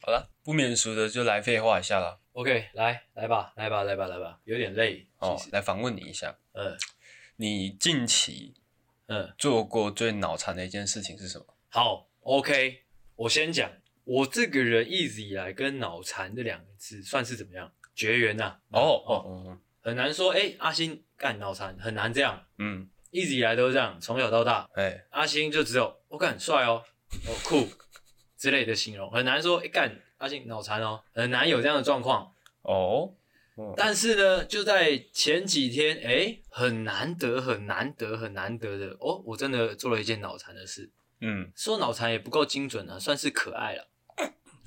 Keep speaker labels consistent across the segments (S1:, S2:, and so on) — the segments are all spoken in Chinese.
S1: 好了，不免俗的就来废话一下啦。
S2: OK，来来吧，来吧，来吧，来吧，有点累。
S1: 哦
S2: 其实，
S1: 来访问你一下，
S2: 嗯
S1: 你近期
S2: 嗯，
S1: 做过最脑残的一件事情是什么？
S2: 好，OK，我先讲，我这个人一直以来跟脑残这两个字算是怎么样绝缘呐、
S1: 哦
S2: 哦，
S1: 哦哦，
S2: 很难说，哎、阿星干脑残很难这样，
S1: 嗯，
S2: 一直以来都是这样，从小到大，
S1: 哎，
S2: 阿星就只有我干很帅哦，我、酷之类的形容，很难说，哎、干阿星脑残哦，很难有这样的状况。
S1: 哦，
S2: 但是呢，就在前几天，哎、很难得，很难得，很难得的哦，我真的做了一件脑残的事。
S1: 嗯
S2: 说脑残也不够精准啊，算是可爱 了。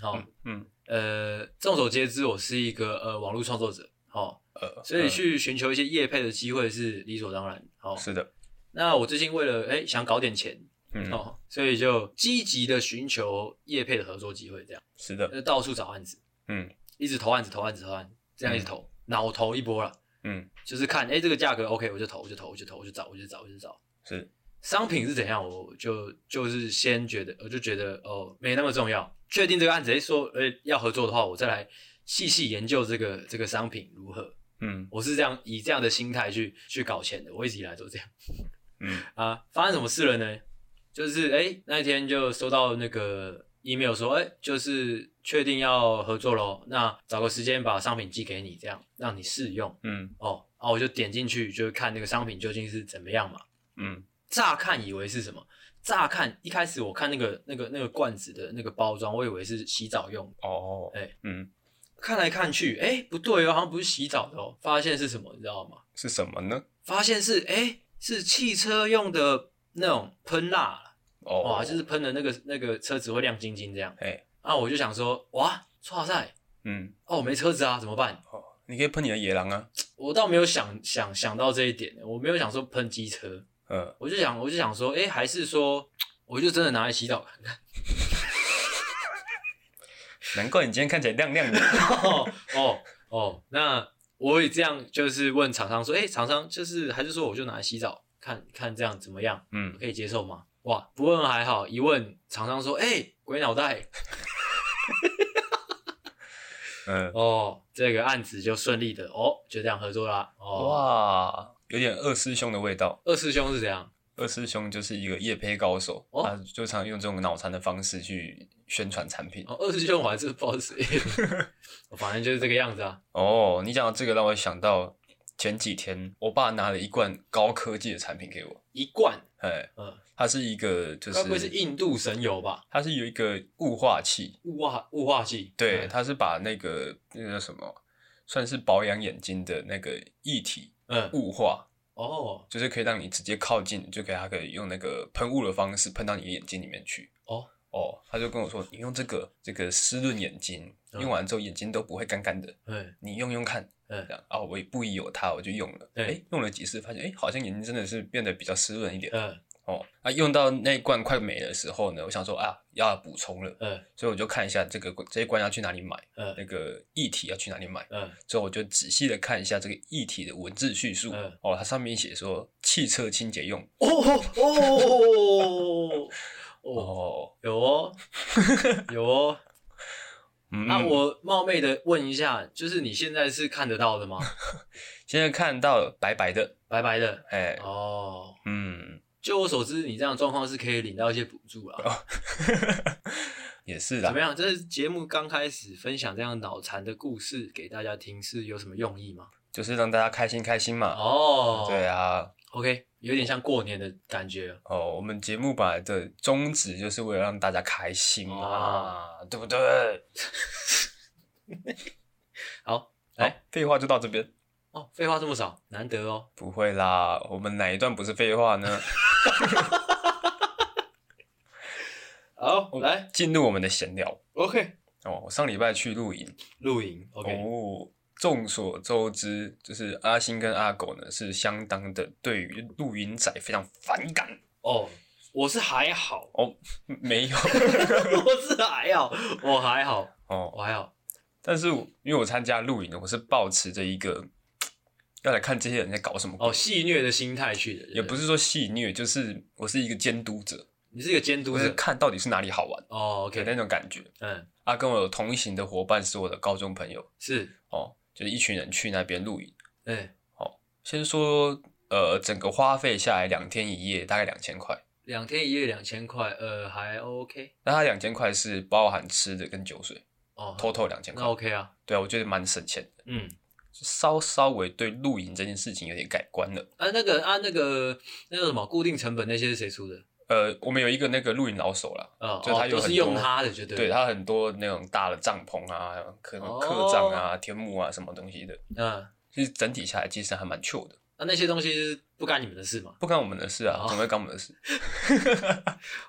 S2: 好、
S1: 嗯，
S2: 呃，众所皆知，我是一个呃网络创作者，好、
S1: 呃，
S2: 所以哦
S1: 嗯
S2: 去寻求一些业配的机会是理所当然。好、
S1: 是的，
S2: 那我最近为了哎、想搞点钱，
S1: 嗯，
S2: 哦，所以就积极的寻求业配的合作机会，这样，
S1: 是的，
S2: 那到处找案子，
S1: 嗯
S2: 一直投案子，投案子，投案子，这样一直投，脑投一波了。
S1: 嗯，
S2: 就是看，哎、这个价格 OK，我就投，我就投，我就投，我就找，我就找，我就找。
S1: 是，
S2: 商品是怎样，我就就是先觉得，我就觉得哦，没那么重要。确定这个案子，诶说，呃、要合作的话，我再来细细研究这个这个商品如何。
S1: 嗯
S2: 我是这样以这样的心态去去搞钱的，我一直以来都这样
S1: 嗯
S2: 啊。发生什么事了呢？就是哎、诶那一天就收到那个 email 说，哎、就是确定要合作喽，那找个时间把商品寄给你，这样让你试用。
S1: 嗯
S2: 哦，啊，我就点进去，就是看那个商品究竟是怎么样嘛。
S1: 嗯
S2: 乍看以为是什么？乍看一开始我看那个那个那个罐子的那个包装，我以为是洗澡用的。
S1: 哦，
S2: 哎
S1: 嗯，
S2: 看来看去，哎、不对哦，好像不是洗澡的哦。发现是什么？你知道吗？
S1: 是什么呢？
S2: 发现是哎、是汽车用的那种喷蜡，
S1: 哦，
S2: 哇，就是喷的那个那个车子会亮晶晶这样。
S1: 哎，
S2: 啊，我就想说，哇，哇塞，
S1: 嗯，
S2: 哦，我没车子啊，怎么办？
S1: 哦，你可以喷你的野狼啊，
S2: 我倒没有想想想到这一点，我没有想说喷机车。
S1: 呃，
S2: 我就想，我就想说，哎、还是说，我就真的拿来洗澡看看。
S1: 难怪你今天看起来亮亮的，
S2: 哦哦哦，那我也这样，就是问厂商说，哎、厂商就是还是说，我就拿来洗澡看看这样怎么样，
S1: 嗯，
S2: 可以接受吗？哇，不问还好，一问厂商说，哎、鬼脑袋
S1: 呃，
S2: 哦，这个案子就顺利的哦，就这样合作啦。哦，
S1: 哇，有点二师兄的味道。
S2: 二师兄是怎样？
S1: 二师兄就是一个夜胚高手，
S2: 哦
S1: 他就常用这种脑残的方式去宣传产品。
S2: 哦，二师兄我还是不知道是谁，反正就是这个样子啊。
S1: 哦，你讲到这个让我想到前几天我爸拿了一罐高科技的产品给我，
S2: 一罐，
S1: 哎，
S2: 嗯，
S1: 它是一个就
S2: 该不会是
S1: 是
S2: 印度神油吧？
S1: 它是有一个雾化器，
S2: 雾化雾化器，
S1: 对，
S2: 嗯
S1: 它是把那个那个叫什么，算是保养眼睛的那个液体
S2: 嗯，
S1: 雾化。
S2: 哦
S1: 就是可以让你直接靠近，就给它可以用那个喷雾的方式喷到你的眼睛里面去。
S2: 哦
S1: 哦，他就跟我说，你用这个这个湿润眼睛，
S2: 嗯
S1: 用完之后眼睛都不会干干的，
S2: 嗯
S1: 你用用看。
S2: 嗯
S1: 这样啊，我也不疑有他，我就用了。
S2: 对
S1: 诶用了几次发现，哎、好像眼睛真的是变得比较湿润一点。
S2: 嗯
S1: 哦，啊，用到那一罐快没的时候呢，我想说啊，要补充了，
S2: 嗯
S1: 所以我就看一下这个这一罐要去哪里买，
S2: 嗯
S1: 那个液体要去哪里买。
S2: 嗯
S1: 之后我就仔细的看一下这个液体的文字叙述，
S2: 嗯
S1: 哦，它上面写说汽车清洁用，
S2: 哦哦哦哦，
S1: 哦，
S2: 有哦有 哦。
S1: 嗯，
S2: 那啊我冒昧的问一下，就是你现在是看得到的吗？
S1: 现在看到白白的，
S2: 白白的
S1: 哎，
S2: 哦。
S1: 嗯，
S2: 就我所知，你这样的状况是可以领到一些补助
S1: 哦
S2: 啦。
S1: 也是
S2: 怎
S1: 啦
S2: 么，样？这是节目刚开始分享这样脑残的故事给大家听，是有什么用意吗？
S1: 就是让大家开心开心嘛。
S2: 哦，
S1: 对啊，
S2: ，OK，有点像过年的感觉。
S1: 哦，我们节目本来的宗旨就是为了让大家开心
S2: 啊
S1: 嘛，对不对？
S2: 好，
S1: 好
S2: 来，
S1: 废话就到这边。
S2: 哦，废话这么少，难得哦。
S1: 不会啦，我们哪一段不是废话呢？
S2: 好，
S1: 我
S2: 来
S1: 进入我们的闲聊
S2: ，OK，
S1: 哦。我上礼拜去露营，
S2: 露营，OK，
S1: 哦，众所周知，就是阿星跟阿狗呢是相当的对于露营仔非常反感。，
S2: 哦，我是还好
S1: 没有
S2: 我是还好，我还好，
S1: 哦，
S2: 我还好，
S1: 但是我因为我参加露营，我是抱持着一个要来看这些
S2: 哦
S1: 人在搞什么鬼
S2: 哦，戏虐的心态去的，
S1: 也不
S2: 是，
S1: 是说戏虐，就是我是一个监督者。
S2: 你是一个监督
S1: 我是
S2: 者。
S1: 看到底是哪里好玩
S2: 哦
S1: 给
S2: ，OK，
S1: 那种感觉。
S2: 嗯，
S1: 啊，跟我有同行的伙伴是我的高中朋友
S2: 是，
S1: 哦，就是一群人去那边露营。
S2: 哎，
S1: 先说呃，整个花费下来两天一夜大概两千块，
S2: 两天一夜两千块，呃，还 OK，
S1: 那他两千块是包含吃的跟酒水
S2: 哦，
S1: ，total 两千块
S2: 那。OK 啊，
S1: 对啊，我觉得蛮省钱的，
S2: 嗯，
S1: 稍稍微对露营这件事情有点改观了。
S2: 啊，那个啊，那个那个什么固定成本那些是谁出的？
S1: 呃，我们有一个那个露营老手啦，
S2: 呃，
S1: 就他
S2: 哦，
S1: 有
S2: 都
S1: 很
S2: 是用
S1: 多
S2: 他的，绝对。
S1: 对，他很多那种大的帐篷啊、客
S2: 哦
S1: 客帐啊、天幕啊什么东西的，
S2: 嗯，啊
S1: 其实整体下来其实还蛮 chill 的，
S2: 那那些东西是不干你们的事嘛？
S1: 不干我们的事啊，
S2: 哦
S1: 怎么会干我们的事？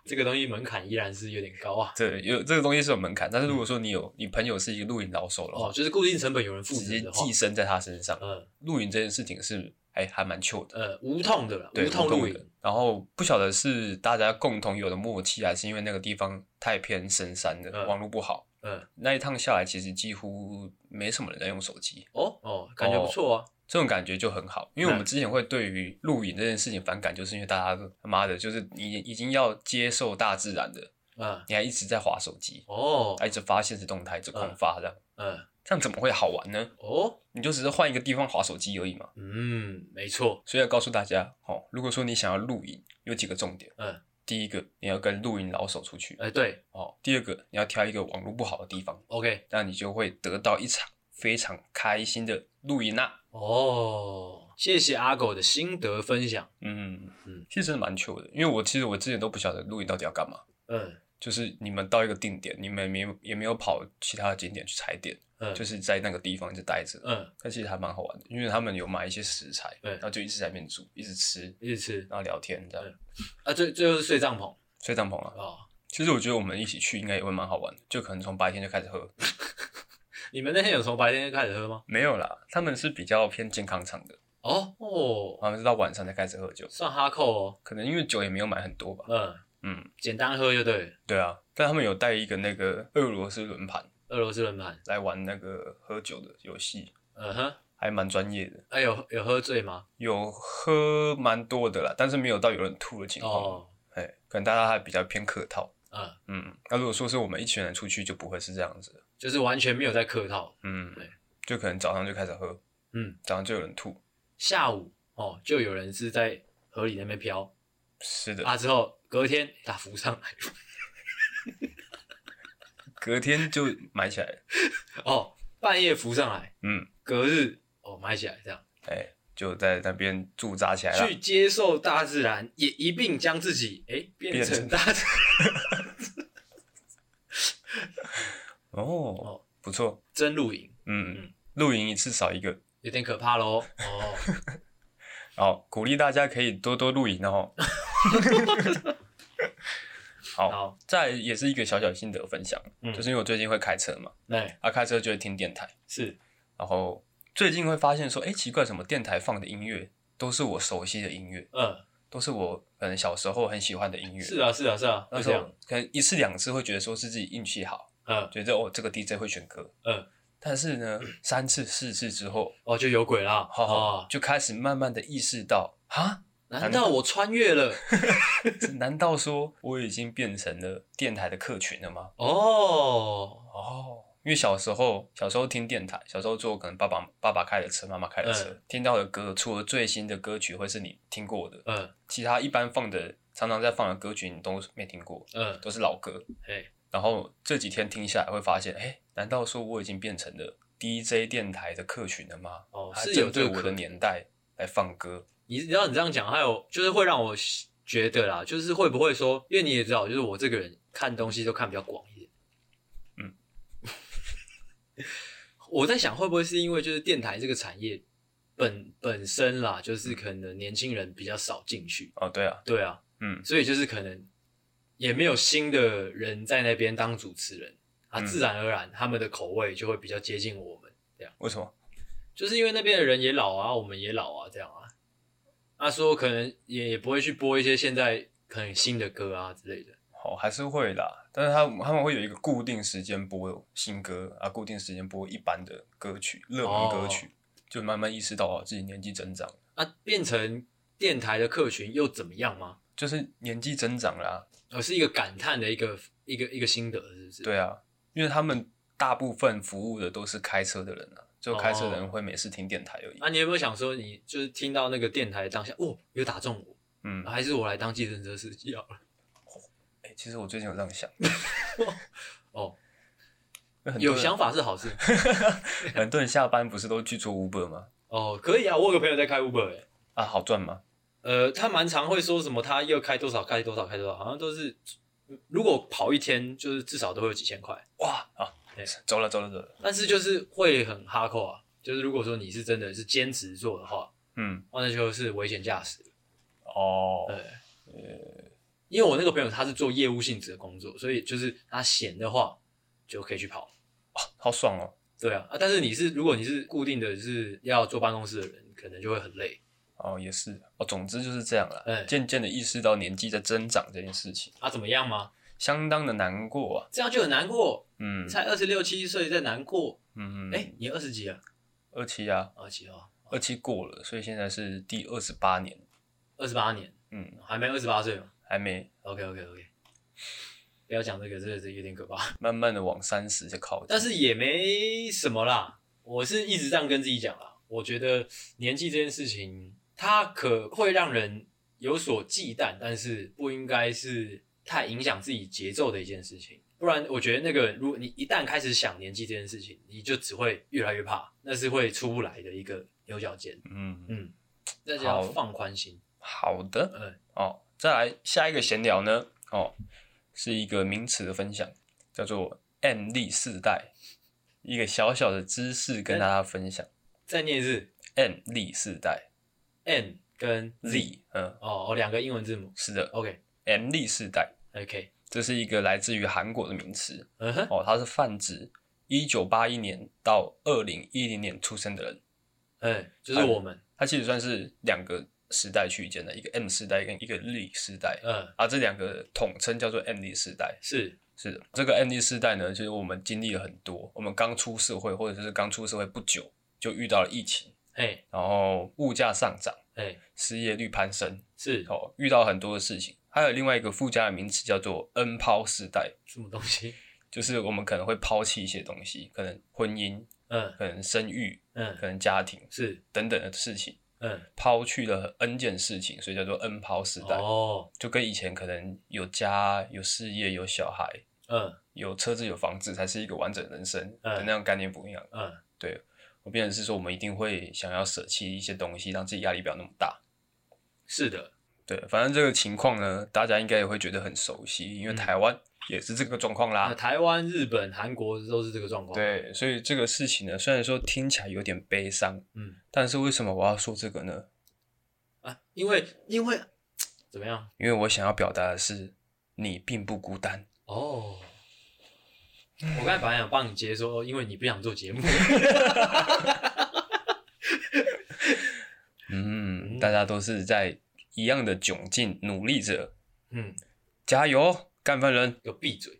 S2: 这个东西门槛依然是有点高啊。
S1: 对，有这个东西是有门槛，但是如果说你有你朋友是一个露营老手的话，
S2: 哦，就是固定成本有人负
S1: 直
S2: 责
S1: 接
S2: 的话
S1: 寄，生在他身上。
S2: 呃
S1: 露营这件事情是还还蛮 chill 的，
S2: 呃，无痛的啦，
S1: 对，
S2: 痛
S1: 无
S2: 露
S1: 痛的
S2: 营。。
S1: 然后不晓得是大家共同有的默契，还是因为那个地方太偏深山了，
S2: 嗯
S1: 网络不好。
S2: 嗯，
S1: 那一趟下来，其实几乎没什么人在用手机，
S2: 哦哦，感觉不错啊。
S1: 这种感觉就很好。因为我
S2: 嗯
S1: 们之前会对于露营这件事情反感，就是因为大家都他妈的，就是你已经要接受大自然的，
S2: 嗯，
S1: 你还一直在划手机，
S2: 哦，
S1: 还一直发现实动态，一直狂发这样，
S2: 嗯，
S1: 这样怎么会好玩呢？
S2: 哦，
S1: 你就只是换一个地方划手机而已嘛。
S2: 嗯，没错，
S1: 所以要告诉大家，哦，如果说你想要露营，有几个重点。
S2: 嗯，
S1: 第一个，你要跟露营老手出去。
S2: 哎，对
S1: 哦，第二个，你要挑一个网络不好的地方，
S2: ，OK，
S1: 那你就会得到一场非常开心的露营啦、
S2: 哦，谢谢阿狗的心得分享。
S1: 嗯
S2: 嗯
S1: 嗯，其实真的蛮糗的，因为我其实我之前都不晓得露营到底要干嘛。
S2: 嗯
S1: 就是你们到一个定点，你们也没有也没有跑其他的景点去踩点，
S2: 嗯，
S1: 就是是在那个地方一直待着，
S2: 嗯，
S1: 但其实还蛮好玩的，因为他们有买一些食材，
S2: 对
S1: 然后就一直在那边煮，一直吃，
S2: 一直吃
S1: 然后聊天这
S2: 对
S1: 样，
S2: 啊，最最后是睡帐篷
S1: 睡帐篷啊，
S2: 哦。
S1: 其实我觉得我们一起去应该也会蛮好玩的，就可能从白天就开始喝。
S2: 你们那天有从白天就开始喝吗？
S1: 没有啦，他们是比较偏健康场的，
S2: 哦哦，
S1: 他们是到晚上才开始喝酒，
S2: 算哈扣哦。
S1: 可能因为酒也没有买很多吧。
S2: 嗯，
S1: 嗯，
S2: 简单喝就对了。
S1: 对啊，但他们有带一个那个俄罗斯轮盘
S2: 俄罗斯轮盘，
S1: 来玩那个喝酒的游戏，
S2: 嗯哼，
S1: 还蛮专业的，
S2: 哎、有有喝醉吗？
S1: 有喝蛮多的啦，但是没有到有人吐的情况。
S2: 哦，
S1: 哎、可能大家还比较偏客套。
S2: 嗯，
S1: 嗯，那如果说是我们一群人出去，就不会是这样子了。
S2: 就是完全没有在客套。
S1: 嗯
S2: 对，
S1: 就可能早上就开始喝，
S2: 嗯，
S1: 早上就有人吐。
S2: 下午哦，就有人是在河里那边漂
S1: 是的，
S2: 啊，之后隔天他浮上来
S1: 隔天就买起来了。
S2: 哦，半夜浮上来，
S1: 嗯，
S2: 隔日哦埋起来，这样
S1: 哎，就在那边驻扎起来
S2: 去
S1: 了。
S2: 接受大自然，也一并将自己哎、变
S1: 变
S2: 成
S1: 成
S2: 大自然，
S1: 哦
S2: 哦，
S1: 不错，
S2: 真露营嗯
S1: 嗯，露营一次少一个，
S2: 有点可怕喽。哦，
S1: 好，鼓励大家可以多多露营 哦。好，
S2: 好，
S1: 再来也是一个小小心得分享，
S2: 嗯
S1: 就是因为我最近会开车嘛，
S2: 那
S1: 啊，开车就会听电台，
S2: 是
S1: 然后最近会发现说，哎，奇怪，什么电台放的音乐都是我熟悉的音乐，
S2: 嗯，
S1: 都是我可能小时候很喜欢的音乐。
S2: 是啊，是啊，是啊，
S1: 嗯那
S2: 就
S1: 时
S2: 这样
S1: 候，可能一次两次会觉得说是自己运气好，
S2: 嗯
S1: 觉得哦这个 DJ 会选歌，
S2: 嗯，
S1: 但是 呢，三次四次之后，
S2: 哦，就有鬼啦，
S1: 好
S2: 哦
S1: 好，就开始慢慢的意识到，啊，
S2: 难道我穿越了？
S1: 难道说我已经变成了电台的客群了吗？
S2: 哦，
S1: 哦，因为小时候小时候听电台，小时候坐可能爸爸爸爸开的车，妈妈开的车，
S2: 嗯
S1: 听到的歌，除了最新的歌曲会是你听过的，
S2: 嗯
S1: 其他一般放的常常在放的歌曲你都没听过，
S2: 嗯，
S1: 都是老歌。
S2: 哎，
S1: 然后这几天听下来会发现，哎，难道说我已经变成了 DJ 电台的客群了吗？
S2: 哦，
S1: 还
S2: 是有
S1: 针对
S2: 这个
S1: 我
S2: 可
S1: 的
S2: 能。
S1: 年代来放歌，
S2: 你知道你这样讲，还有就是会让我觉得啦，就是会不会说，因为你也知道，就是我这个人看东西都看比较广一点。
S1: 嗯，
S2: 我在想会不会是因为就是电台这个产业本本身啦，
S1: 嗯
S2: 就是可能年轻人比较少进去。
S1: 哦，对啊，
S2: 对啊，
S1: 嗯，
S2: 所以就是可能也没有新的人在那边当主持人啊，
S1: 嗯
S2: 自然而然他们的口味就会比较接近我们，
S1: 为什么？
S2: 就是因为那边的人也老啊，我们也老啊，这样啊，啊说可能也也不会去播一些现在可能新的歌啊之类的，
S1: 哦，还是会啦，但是他他们会有一个固定时间播新歌啊，固定时间播一般的歌曲、热门歌曲，就慢慢意识到哦自己年纪增长，
S2: 啊变成电台的客群又怎么样吗？
S1: 就是年纪增长啦、
S2: 哦，是一个感叹的一个一个一个心得，是不是？
S1: 对啊，因为他们大部分服务的都是开车的人啊，就开车的人
S2: 哦
S1: 会每次听电台而已。
S2: 啊，你有没有想说，你就是听到那个电台当下，哦，有打中我，
S1: 嗯，
S2: 还是我来当计程车司机好了？
S1: 哎、其实我最近有这样想，
S2: 哦，
S1: 因为很多
S2: 有
S1: 人
S2: 想法是好事。
S1: 很多人下班不是都去做 Uber 吗？
S2: 哦，可以啊，我有个朋友在开 Uber 哎、
S1: 啊，好赚吗？
S2: 呃，他蛮常会说什么，他又开多少开多少开多少，好像都是如果跑一天，就是至少都会有几千块，
S1: 哇，好
S2: 对，
S1: 走了走了走了，
S2: 但是就是会很哈扣啊，就是如果说你是真的是兼职做的话，
S1: 嗯，
S2: 哇那就是危险驾驶。
S1: 哦，呃
S2: 对，因为我那个朋友他是做业务性质的工作，所以就是他闲的话就可以去跑。
S1: 好爽哦，
S2: 对啊，啊但是你是如果你是固定的就是要坐办公室的人，可能就会很累
S1: 哦也是，哦，总之就是这样啦
S2: 哎。
S1: 渐渐的意识到年纪在增长这件事情，
S2: 啊，怎么样吗？
S1: 相当的难过啊。
S2: 这样就很难过，
S1: 嗯
S2: 才二十六七岁在难过。
S1: 嗯，
S2: 啊哎、你二十几了？
S1: 二七啊，
S2: 二十几哦，
S1: 二七过了，所以现在是第二十八年，
S2: 二十八年，
S1: 嗯，
S2: 还没二十八岁嘛
S1: 还没
S2: OK OK OK，不要讲这个，这个这个有点可怕，
S1: 慢慢的往三十在靠近。
S2: 但是也没什么啦。我是一直这样跟自己讲啦，我觉得年纪这件事情，它可会让人有所忌惮，但是不应该是太影响自己节奏的一件事情。不然，我觉得那个，如果你一旦开始想年纪这件事情，你就只会越来越怕，那是会出不来的一个牛角尖。
S1: 嗯，
S2: 嗯，大家
S1: 好
S2: 要放宽心。
S1: 好的
S2: 嗯，
S1: 哦，再来下一个闲聊呢，哦，是一个名词的分享，叫做 M 历世代，一个小小的知识
S2: 哎
S1: 跟大家分享。
S2: 再念一次
S1: M 历世代
S2: ，N 跟 Z，
S1: ，Z，嗯，
S2: 哦，哦两个英文字母。
S1: 是的
S2: OK
S1: ，M 历世代，
S2: OK，
S1: 这是一个来自于韩国的名词，
S2: 嗯哼，
S1: 哦，它是泛指一九八一年到二零一零年出生的人。
S2: 哎，就是我们，
S1: 它其实算是两个时代区间的一个 M 世代跟一个 L 世代，
S2: 嗯，
S1: 啊，这两个统称叫做 M L 世代。
S2: 是，
S1: 是的，这个 M L 世代呢，就是我们经历了很多，我们刚出社会或者是刚出社会不久就遇到了疫情，
S2: 哎
S1: 然后物价上涨，
S2: 哎，
S1: 失业率攀升，
S2: 是
S1: 哦，遇到很多的事情。还有另外一个附加的名词叫做 N 抛世代，
S2: 什么东西？
S1: 就是我们可能会抛弃一些东西，可能婚姻，
S2: 嗯
S1: 可能生育，可
S2: 嗯，
S1: 能家庭
S2: 是，
S1: 等等的事情。
S2: 嗯，
S1: 抛去了 N 件事情，所以叫做 N 抛时代，
S2: 哦，
S1: 就跟以前可能有家、有事业、有小孩、
S2: 嗯
S1: 有车子、有房子才是一个完整人生
S2: 嗯
S1: 的那样概念不一样。
S2: 嗯，
S1: 我变成是说，我们一定会想要舍弃一些东西，让自己压力不要那么大。
S2: 是的，
S1: 对，反正这个情况呢，大家应该也会觉得很熟悉，因为
S2: 嗯
S1: 台湾也是这个状况啦。
S2: 那台湾、日本、韩国都是这个状况。，
S1: 对，所以这个事情呢，虽然说听起来有点悲伤，
S2: 嗯
S1: 但是为什么我要说这个呢？
S2: 啊，因为因为怎么样？
S1: 因为我想要表达的是，你并不孤单。
S2: 哦。我刚才本来想帮你接说，因为你不想做节目，
S1: 嗯，
S2: 嗯
S1: 大家都是在一样的窘境努力着，
S2: 嗯，
S1: 加油，干饭人！
S2: 给我闭嘴。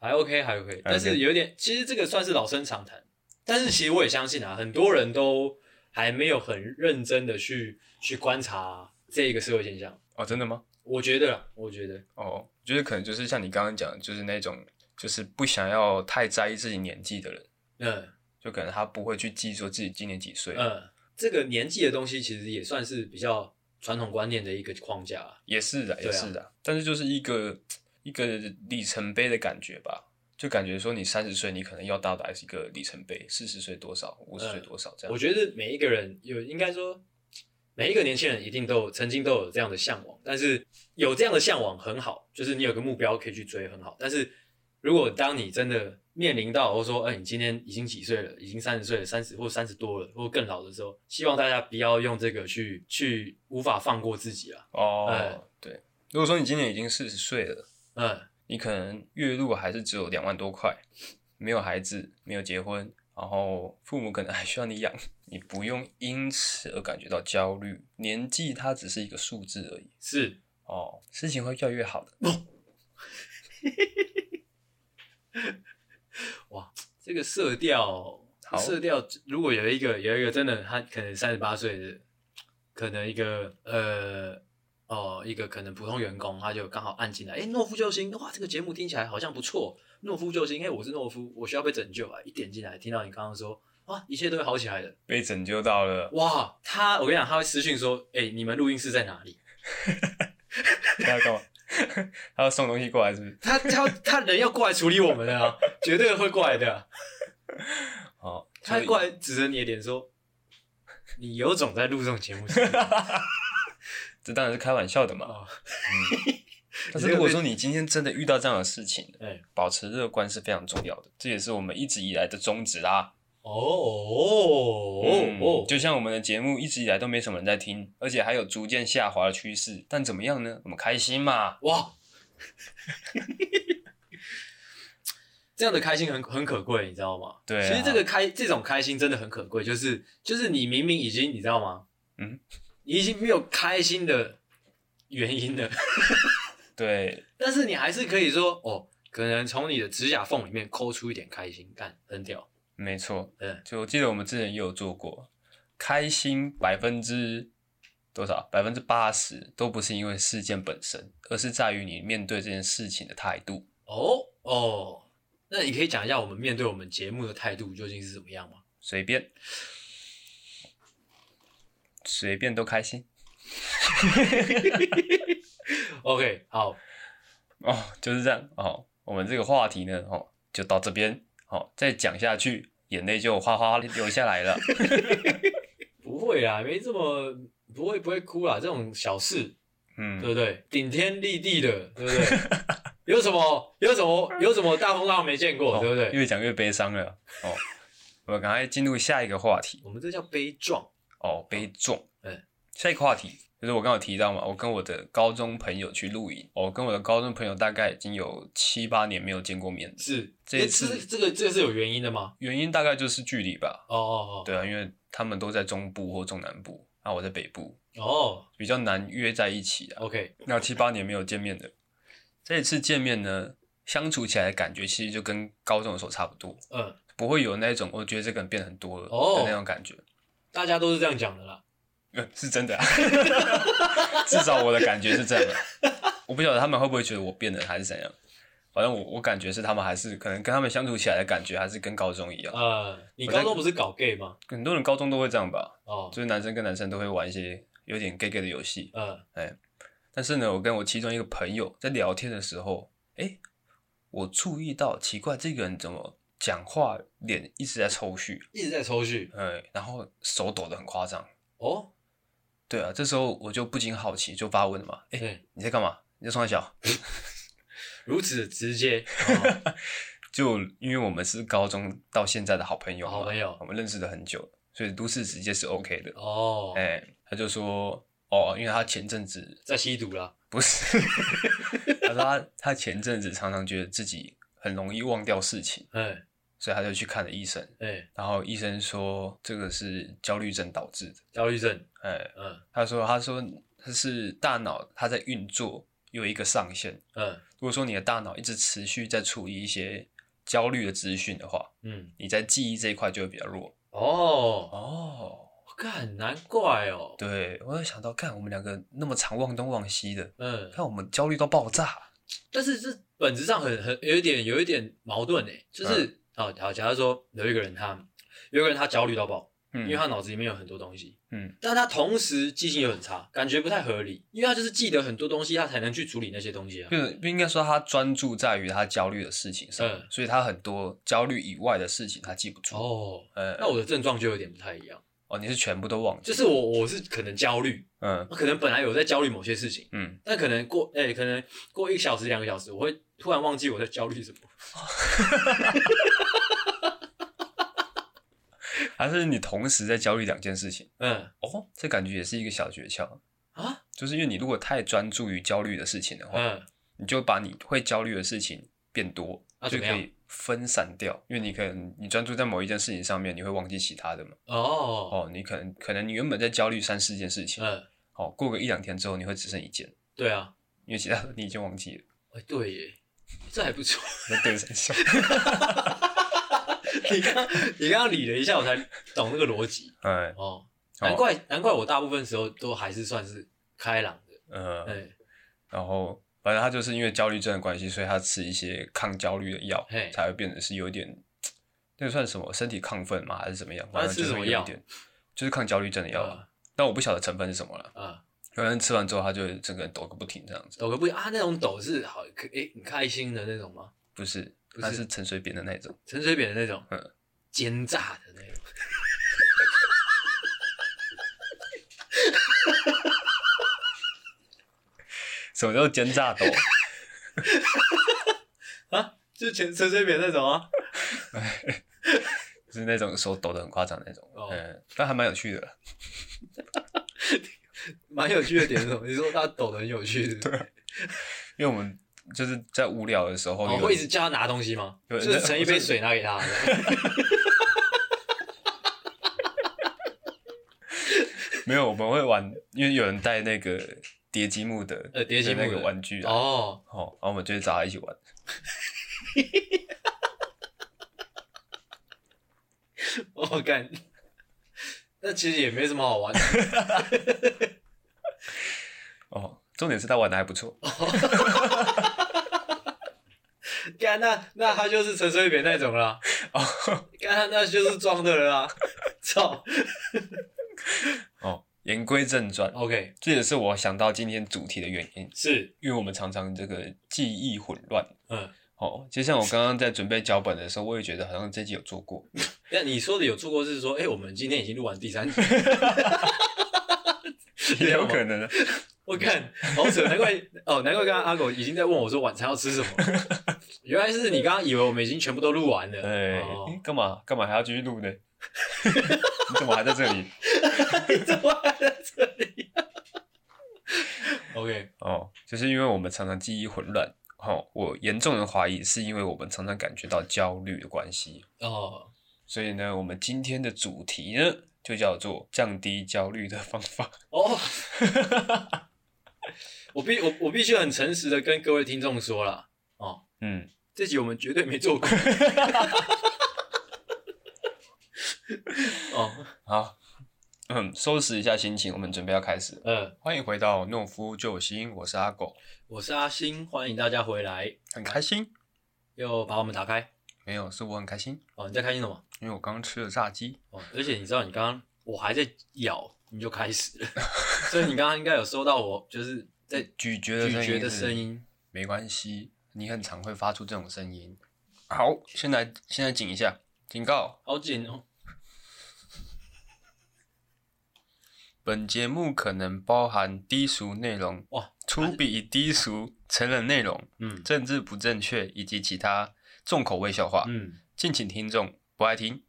S2: 还 OK，还 OK，但是有点，其实这个算是老生常谈。但是其实我也相信啊，很多人都还没有很认真的去去观察这个社会现象。
S1: 哦，真的吗？
S2: 我觉得啦，我觉得，
S1: 哦，我觉得可能就是像你刚刚讲的，就是那种就是不想要太在意自己年纪的人，
S2: 嗯
S1: 就可能他不会去记说自己今年几岁，
S2: 嗯，这个年纪的东西其实也算是比较传统观念的一个框架啊。
S1: 也是的，
S2: 对啊
S1: 也是的。但是就是一个一个里程碑的感觉吧，就感觉说你三十岁，你可能要到达一个里程碑，四十岁多少，五十岁
S2: 嗯
S1: 多少这样。
S2: 我觉得每一个人有，应该说每一个年轻人一定都有曾经都有这样的向往，但是有这样的向往很好，就是你有个目标可以去追很好。但是如果当你真的面临到，或者说，哎、你今天已经几岁了，已经三十岁了，三十或三十多了，或更老的时候，希望大家不要用这个去去无法放过自己啊。
S1: 哦，
S2: 哎
S1: 对。如果说你今年已经四十岁了。
S2: 嗯，
S1: 你可能月入还是只有两万多块，没有孩子，没有结婚，然后父母可能还需要你养，你不用因此而感觉到焦虑。年纪它只是一个数字而已
S2: 是
S1: 哦，事情会越来越好的。
S2: 这个色调
S1: 好，
S2: 色调如果有一个有一个真的他可能三十八岁的，可能一个呃哦一个可能普通员工，他就刚好按进来，哎，懦夫救星，哇，这个节目听起来好像不错，懦夫救星，哎，我是懦夫，我需要被拯救啊！一点进来，听到你刚刚说。哇，一切都会好起来的！
S1: 被拯救到了，
S2: 哇，他我跟你讲，他会私讯说：“哎、你们录音室在哪里？”
S1: 他要干 嘛？他要送东西过来是不是？
S2: 他他他人要过来处理我们的啊，绝对会过来的啊、
S1: 哦，
S2: 他
S1: 所以
S2: 过来指着你的脸说：“你有种在录这种节目是不是
S1: 这当然是开玩笑的嘛。嗯
S2: 哦
S1: 但是如果说你今天真的遇到这样的事情，
S2: 哎
S1: 保持乐观是非常重要的，这也是我们一直以来的宗旨啦。
S2: 哦哦
S1: 嗯
S2: 哦，
S1: 就像我们的节目一直以来都没什么人在听，而且还有逐渐下滑的趋势。但怎么样呢？我们开心嘛。
S2: 哇， 这样的开心很很可贵，你知道吗？
S1: 对啊
S2: 其实这个开这种开心真的很可贵，就是就是你明明已经你知道吗？
S1: 嗯，
S2: 你已经没有开心的原因了。”
S1: 对，
S2: 但是你还是可以说哦，可能从你的指甲缝里面抠出一点开心，干很屌。
S1: 没错。
S2: 嗯，
S1: 就我记得我们之前也有做过，开心百分之多少？百分之八十都不是因为事件本身，而是在于你面对这件事情的态度。
S2: 哦哦，那你可以讲一下我们面对我们节目的态度究竟是怎么样吗？
S1: 随便，随便都开心
S2: OK，好，
S1: 哦，就是这样哦。我们这个话题呢，哦，就到这边哦，再讲下去，眼泪就哗哗流下来了。
S2: 不会啦，没这么不会不会哭啊啦，这种小事，对
S1: 嗯，
S2: 不对？顶天立地的，对 不对？有什么有什么有什么大风浪没见过，
S1: 哦
S2: 对不对？
S1: 越讲越悲伤了哦。我们赶快进入下一个话题。
S2: 我们这叫悲壮。
S1: 哦，悲壮。
S2: 嗯，
S1: 下一个话题就是我刚刚有提到嘛，我跟我的高中朋友去露营，我、跟我的高中朋友大概已经有七八年没有见过面了，
S2: 是，
S1: 这
S2: 诶
S1: 一次
S2: 这个这个是有原因的吗？
S1: 原因大概就是距离吧。
S2: 哦哦
S1: 对啊，因为他们都在中部或中南部，啊，我在北部，
S2: 哦，哦
S1: 比较难约在一起啊。
S2: ，OK，
S1: 那七八年没有见面的，这一次见面呢，相处起来的感觉其实就跟高中的时候差不多，
S2: 嗯，
S1: 不会有那种我哦觉得这个人变很多了
S2: 哦
S1: 的那种感觉。
S2: 大家都是这样讲的啦。
S1: 呃是真的、啊， 至少我的感觉是这样的、我不晓得他们会不会觉得我变了还是怎样，反正我我感觉是他们还是可能跟他们相处起来的感觉还是跟高中一样。
S2: 呃，你
S1: 我在
S2: 高中不是搞 gay 吗？
S1: 很多人高中都会这样吧，
S2: 哦，
S1: 就是男生跟男生都会玩一些有点 gay gay 的游戏。
S2: 呃，
S1: 但是呢，我跟我其中一个朋友在聊天的时候，诶，我注意到奇怪，这个人怎么讲话脸一直在抽搐，
S2: 一直在抽蓄。
S1: 呃，然后手抖得很夸张。
S2: 哦，
S1: 对啊，这时候我就不禁好奇，就发问了嘛，诶，
S2: 对，
S1: 你在干嘛？你在冲他小？
S2: 如此直接。哦
S1: 就因为我们是高中到现在的好朋友嘛，
S2: 哦好朋友
S1: 我们认识了很久了，所以都市直接是 OK 的。
S2: 哦，
S1: 哎、他就说，哦，因为他前阵子
S2: 在吸毒啦。
S1: 不是，他说他他前阵子常常觉得自己很容易忘掉事情，
S2: 哎
S1: 所以他就去看了医生，
S2: 哎，
S1: 然后医生说这个是焦虑症导致的。
S2: 焦虑症。
S1: 哎、
S2: 嗯
S1: 他说他说他是大脑它在运作有一个上限，
S2: 嗯
S1: 如果说你的大脑一直持续在处理一些焦虑的资讯的话，
S2: 嗯。
S1: 你在记忆这一块就会比较弱。
S2: 哦，
S1: 哦，
S2: 干，难怪哦。
S1: 对，我有想到，看我们两个那么常忘东忘西的，
S2: 嗯，
S1: 看我们焦虑到爆炸。
S2: 但是这本质上很很有一点有一点矛盾诶，
S1: 嗯
S2: 就是好好，假如说有一个人他有一个人他焦虑到爆，
S1: 嗯
S2: 因为他脑子里面有很多东西，
S1: 嗯，
S2: 但他同时记性又很差，感觉不太合理，因为他就是记得很多东西，他才能去处理那些东西啊
S1: 不。不应该说他专注在于他焦虑的事情上，
S2: 嗯
S1: 所以他很多焦虑以外的事情他记不住。，
S2: 哦，
S1: 呃、
S2: 那我的症状就有点不太一样，
S1: 哦，你是全部都忘记？
S2: 就是我我是可能焦虑，
S1: 嗯
S2: 可能本来有在焦虑某些事情，
S1: 嗯，
S2: 但可能过哎、可能过一个小时两个小时，我会突然忘记我在焦虑什么。
S1: 还是你同时在焦虑两件事情？
S2: 嗯
S1: 哦，这感觉也是一个小诀窍，
S2: 啊
S1: 就是因为你如果太专注于焦虑的事情的话，
S2: 嗯
S1: 你就把你会焦虑的事情变多，
S2: 啊
S1: 就
S2: 怎么
S1: 可
S2: 样
S1: 以分散掉。因为你可能你专注在某一件事情上面，你会忘记其他的嘛。
S2: 哦
S1: 哦，你可能可能你原本在焦虑三四件事情，
S2: 嗯
S1: 哦，过个一两天之后你会只剩一件，
S2: 对啊，
S1: 因为其他的你已经忘记了。
S2: 哎、对耶，这还不错。
S1: 那对三笑，
S2: 你刚你刚刚理了一下，我才懂那个逻辑
S1: 哎，
S2: 哦。难怪、难怪我大部分时候都还是算是开朗的，嗯
S1: 呃，
S2: 对，
S1: 然后反正他就是因为焦虑症的关系，所以他吃一些抗焦虑的药
S2: 嘿，
S1: 才会变得是有一点，那个算什么？身体亢奋吗？还是怎么样？
S2: 他
S1: 反正
S2: 吃
S1: 就是
S2: 什么
S1: 会有
S2: 药
S1: 一点，就是抗焦虑症的药啊。
S2: 啊
S1: 但我不晓得成分是什么了。
S2: 啊，
S1: 有人吃完之后，他就整个人抖个不停这样子。
S2: 抖个不啊，那种抖是好可诶很开心的那种吗？
S1: 不是，
S2: 不
S1: 他
S2: 是
S1: 是陈水扁的那种。
S2: 陈水扁的那种，
S1: 嗯
S2: 奸诈的那种，
S1: 什么叫奸诈 抖？
S2: 就陈陈水扁那种啊，
S1: 就是那种手抖得很夸张那种。
S2: 哦
S1: 嗯，但还蛮有趣的啦。
S2: 蛮有趣的点是什么？你说他抖的很有趣是不是，
S1: 因为我们就是在无聊的时候，
S2: 哦，
S1: 有
S2: 会一直叫他拿东西吗？
S1: 有
S2: 就是盛一杯水拿给他，
S1: 没有，我们会玩，因为有人带那个叠积木的，
S2: 呃叠积木的
S1: 那个玩具啊，
S2: 哦，
S1: 哦，然后我们就会找他一起玩。
S2: 我哦干，那其实也没什么好玩的，
S1: 哦，重点是他玩的还不错，
S2: 干那那他就是陈水扁那种啦，
S1: 哦，
S2: 干那就是装的了啦，操
S1: 哦，言归正传，
S2: ，OK，
S1: 这也是我想到今天主题的原因，
S2: 是，
S1: 因为我们常常这个记忆混乱。
S2: 嗯，
S1: 哦，就像我刚刚在准备脚本的时候，我也觉得好像这集有做过，
S2: 那你说的有做过是说，哎、我们今天已经录完第三集，
S1: 也 有可能啊。
S2: 我看好扯，难怪哦，难怪刚刚阿狗已经在问我说晚餐要吃什么，原来是你刚刚以为我们已经全部都录完了，
S1: 哎
S2: 哦，
S1: 干嘛干嘛还要继续录呢？ 你怎么还在这里？
S2: 你怎么还在这里、OK，
S1: 哦，就是因为我们常常记忆混乱。哦，我严重的怀疑是因为我们常常感觉到焦虑的关系，
S2: 哦，
S1: 所以呢，我们今天的主题呢就叫做降低焦虑的方法。
S2: 哦， 我必我我必须很诚实的跟各位听众说啦，哦，
S1: 嗯，
S2: 这集我们绝对没做过。 哦，
S1: 好，嗯，收拾一下心情，我们准备要开始了。
S2: 呃，
S1: 欢迎回到懦夫救星，我是阿狗，
S2: 我是阿星，欢迎大家回来，
S1: 很开心。
S2: 又把我们打开。
S1: 没有，是我很开心，
S2: 哦，你在开心什么？
S1: 因为我刚吃了炸鸡。
S2: 哦，而且你知道，你刚刚我还在咬，你就开始 了，所以你刚刚应该有收到我就是在
S1: 咀嚼的
S2: 咀
S1: 声音
S2: 嚼的
S1: 是
S2: 声音。
S1: 没关系，你很常会发出这种声音。好，现在现在警一下，警告，
S2: 好紧哦！
S1: 本节目可能包含低俗内容、
S2: 哇，
S1: 粗鄙、低俗、成人内容、
S2: 嗯
S1: 政治不正确以及其他重口味笑话，
S2: 嗯，
S1: 敬请听众不爱听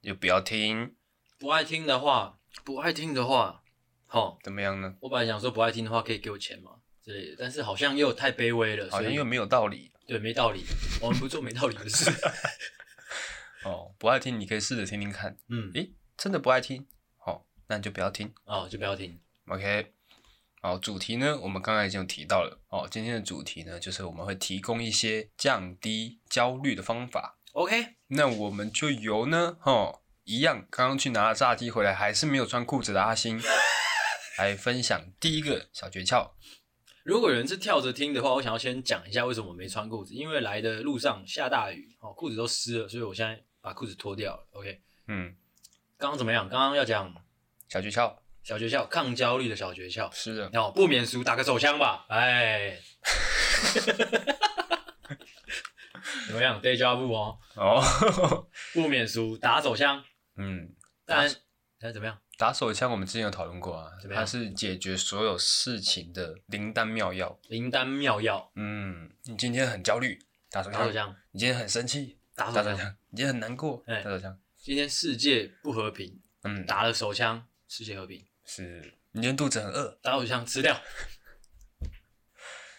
S1: 就不要听，
S2: 不爱听的话，不爱听的话，好、
S1: 怎么样呢？
S2: 我本来想说不爱听的话可以给我钱嘛之类的，但是好像又太卑微了，
S1: 好
S2: 所
S1: 像
S2: 以
S1: 又没有道理
S2: 对没道理，我们不做没道理的事。
S1: 哦。不爱听，你可以试着听听看。
S2: 嗯，
S1: 诶，真的不爱听，好、哦，那你就不要听。
S2: 哦，就不要听。
S1: OK，好，主题呢，我们刚才已经有提到了哦。今天的主题呢，就是我们会提供一些降低焦虑的方法。
S2: OK，
S1: 那我们就由呢，哦，一样刚刚去拿了炸鸡回来，还是没有穿裤子的阿星，来分享第一个小诀窍。
S2: 如果有人是跳着听的话，我想要先讲一下为什么我没穿裤子，因为来的路上下大雨，哦，裤子都湿了，所以我现在把裤子脱掉了。OK，
S1: 嗯，
S2: 刚刚怎么样？刚刚要讲
S1: 小诀窍
S2: 小诀窍，抗焦虑的小诀窍。
S1: 是的，
S2: 哦，不免俗，打个手枪吧。哎， 怎么样？Deja vu 哦，
S1: 哦，
S2: 不免俗，打手枪。
S1: 嗯，
S2: 但哎但怎么样？
S1: 打手枪我们之前有讨论过啊
S2: 怎，么样
S1: 它是解决所有事情的灵丹妙药。
S2: 灵丹妙药，
S1: 嗯，你今天很焦虑，打手
S2: 打
S1: 枪
S2: 手；枪，
S1: 你今天很生气，
S2: 打
S1: 打
S2: 手
S1: 手
S2: 枪。
S1: 枪，你今天很难过，
S2: 哎
S1: 打手枪，
S2: 今天世界不和平，
S1: 嗯，
S2: 打了手枪，世界和平；
S1: 是，你今天肚子很饿，
S2: 打手枪吃掉。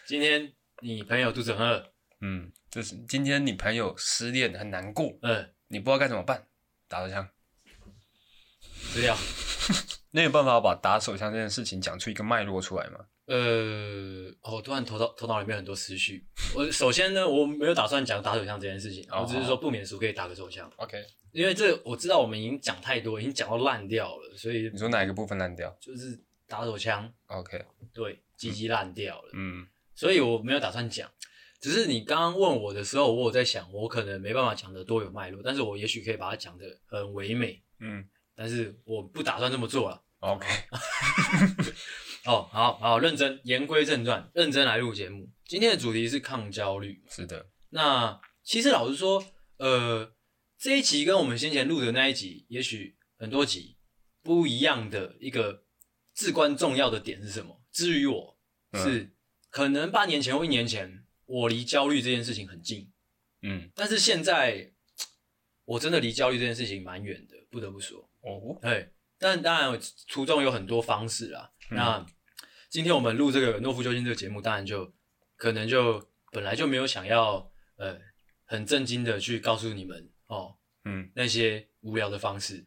S2: 今天你朋友肚子很饿，
S1: 嗯，就是今天你朋友失恋很难过，
S2: 嗯，
S1: 你不知道该怎么办，打手枪。
S2: 吃掉。
S1: 那有办法把打手枪这件事情讲出一个脉络出来吗？
S2: 呃，哦，突然头脑头脑里面很多思绪。我首先呢，我没有打算讲打手枪这件事情，
S1: 哦
S2: 我只是说不免俗可以打个手枪，
S1: OK，
S2: 因为这我知道我们已经讲太多，已经讲到烂掉了，所以
S1: 你说哪一个部分烂掉
S2: 就是打手枪，
S1: ？OK，
S2: 对，鸡鸡烂掉了，
S1: 嗯，
S2: 所以我没有打算讲。只是你刚刚问我的时候，我有在想，我可能没办法讲的多有脉络，但是我也许可以把它讲的很唯美，
S1: 嗯
S2: 但是我不打算这么做了。
S1: ，OK，
S2: 哦，好好认真，言归正传，认真来录节目。今天的主题是抗焦虑。
S1: 是的，
S2: 那其实老实说，呃，这一集跟我们先前录的那一集，也许很多集不一样的一个至关重要的点是什么？至于我
S1: 嗯
S2: 是、可能半年前或一年前，我离焦虑这件事情很近，
S1: 嗯，
S2: 但是现在我真的离焦虑这件事情蛮远的，不得不说。
S1: 哦，
S2: 对，但当然途中有很多方式啦。
S1: 嗯
S2: 那今天我们录这个《诺夫究竟》这个节目，当然就可能就本来就没有想要呃很震惊的去告诉你们哦
S1: 嗯，
S2: 那些无聊的方式。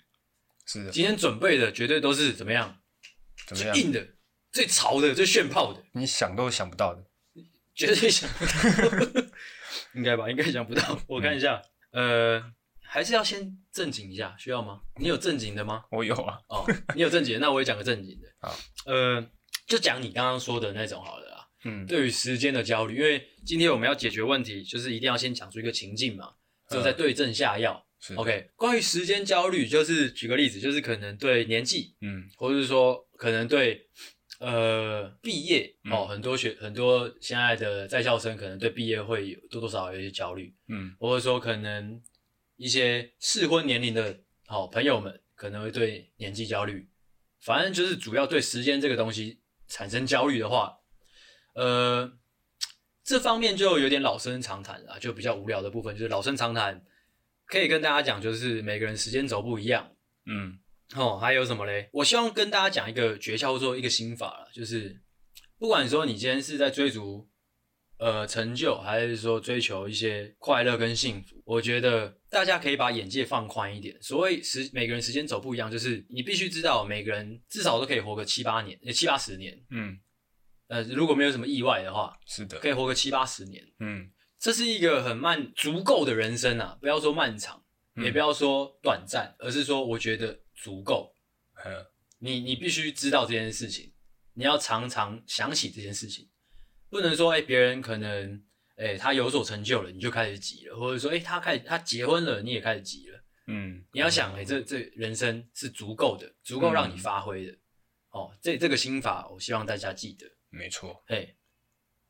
S1: 是的，
S2: 今天准备的绝对都是怎么样
S1: 怎么
S2: 最
S1: 样？
S2: 硬的、最潮的、最炫炮的，
S1: 你想都想不到的，
S2: 绝对 想应该吧？应该想不到。我看一下，
S1: 嗯
S2: 呃，还是要先正经一下，需要吗？你有正经的吗？
S1: 我有啊，
S2: 哦， 你有正经的，那我也讲个正经的。
S1: 好，
S2: 呃，就讲你刚刚说的那种好了啦。
S1: 嗯，
S2: 对于时间的焦虑，因为今天我们要解决问题，就是一定要先讲出一个情境嘛，之
S1: 嗯
S2: 后再对症下药。
S1: 是
S2: OK，关于时间焦虑，就是举个例子，就是可能对年纪，
S1: 嗯，
S2: 或者是说可能对呃毕业
S1: 嗯
S2: 哦，很多学很多现在的在校生可能对毕业会有多多少少有一些焦虑。
S1: 嗯，
S2: 或者说可能一些适婚年龄的好朋友们可能会对年纪焦虑，反正就是主要对时间这个东西产生焦虑的话，呃，这方面就有点老生常谈啊，就比较无聊的部分就是老生常谈，可以跟大家讲就是每个人时间轴不一样
S1: 嗯，
S2: 哦，还有什么嘞？我希望跟大家讲一个诀窍或者说一个心法啦，就是不管说你今天是在追逐呃成就，还是说追求一些快乐跟幸福，我觉得大家可以把眼界放宽一点。所谓时每个人时间走不一样，就是你必须知道每个人至少都可以活个七八年，呃七八十年。
S1: 嗯，
S2: 呃，如果没有什么意外的话，
S1: 是的
S2: 可，以活个七八十年。
S1: 嗯，
S2: 这是一个很漫足够的人生啊，不要说漫长，
S1: 嗯
S2: 也不要说短暂，而是说我觉得足够。
S1: 呃
S2: 你你必须知道这件事情，你要常常想起这件事情，不能说哎别、人可能哎、他有所成就了，你就开始急了，或者说哎、他开始他结婚了，你也开始急了。
S1: 嗯，
S2: 你要想哎、这这人生是足够的，足够
S1: 嗯
S2: 让你发挥的。哦，这这个心法，我希望大家记得。
S1: 没错，
S2: 哎，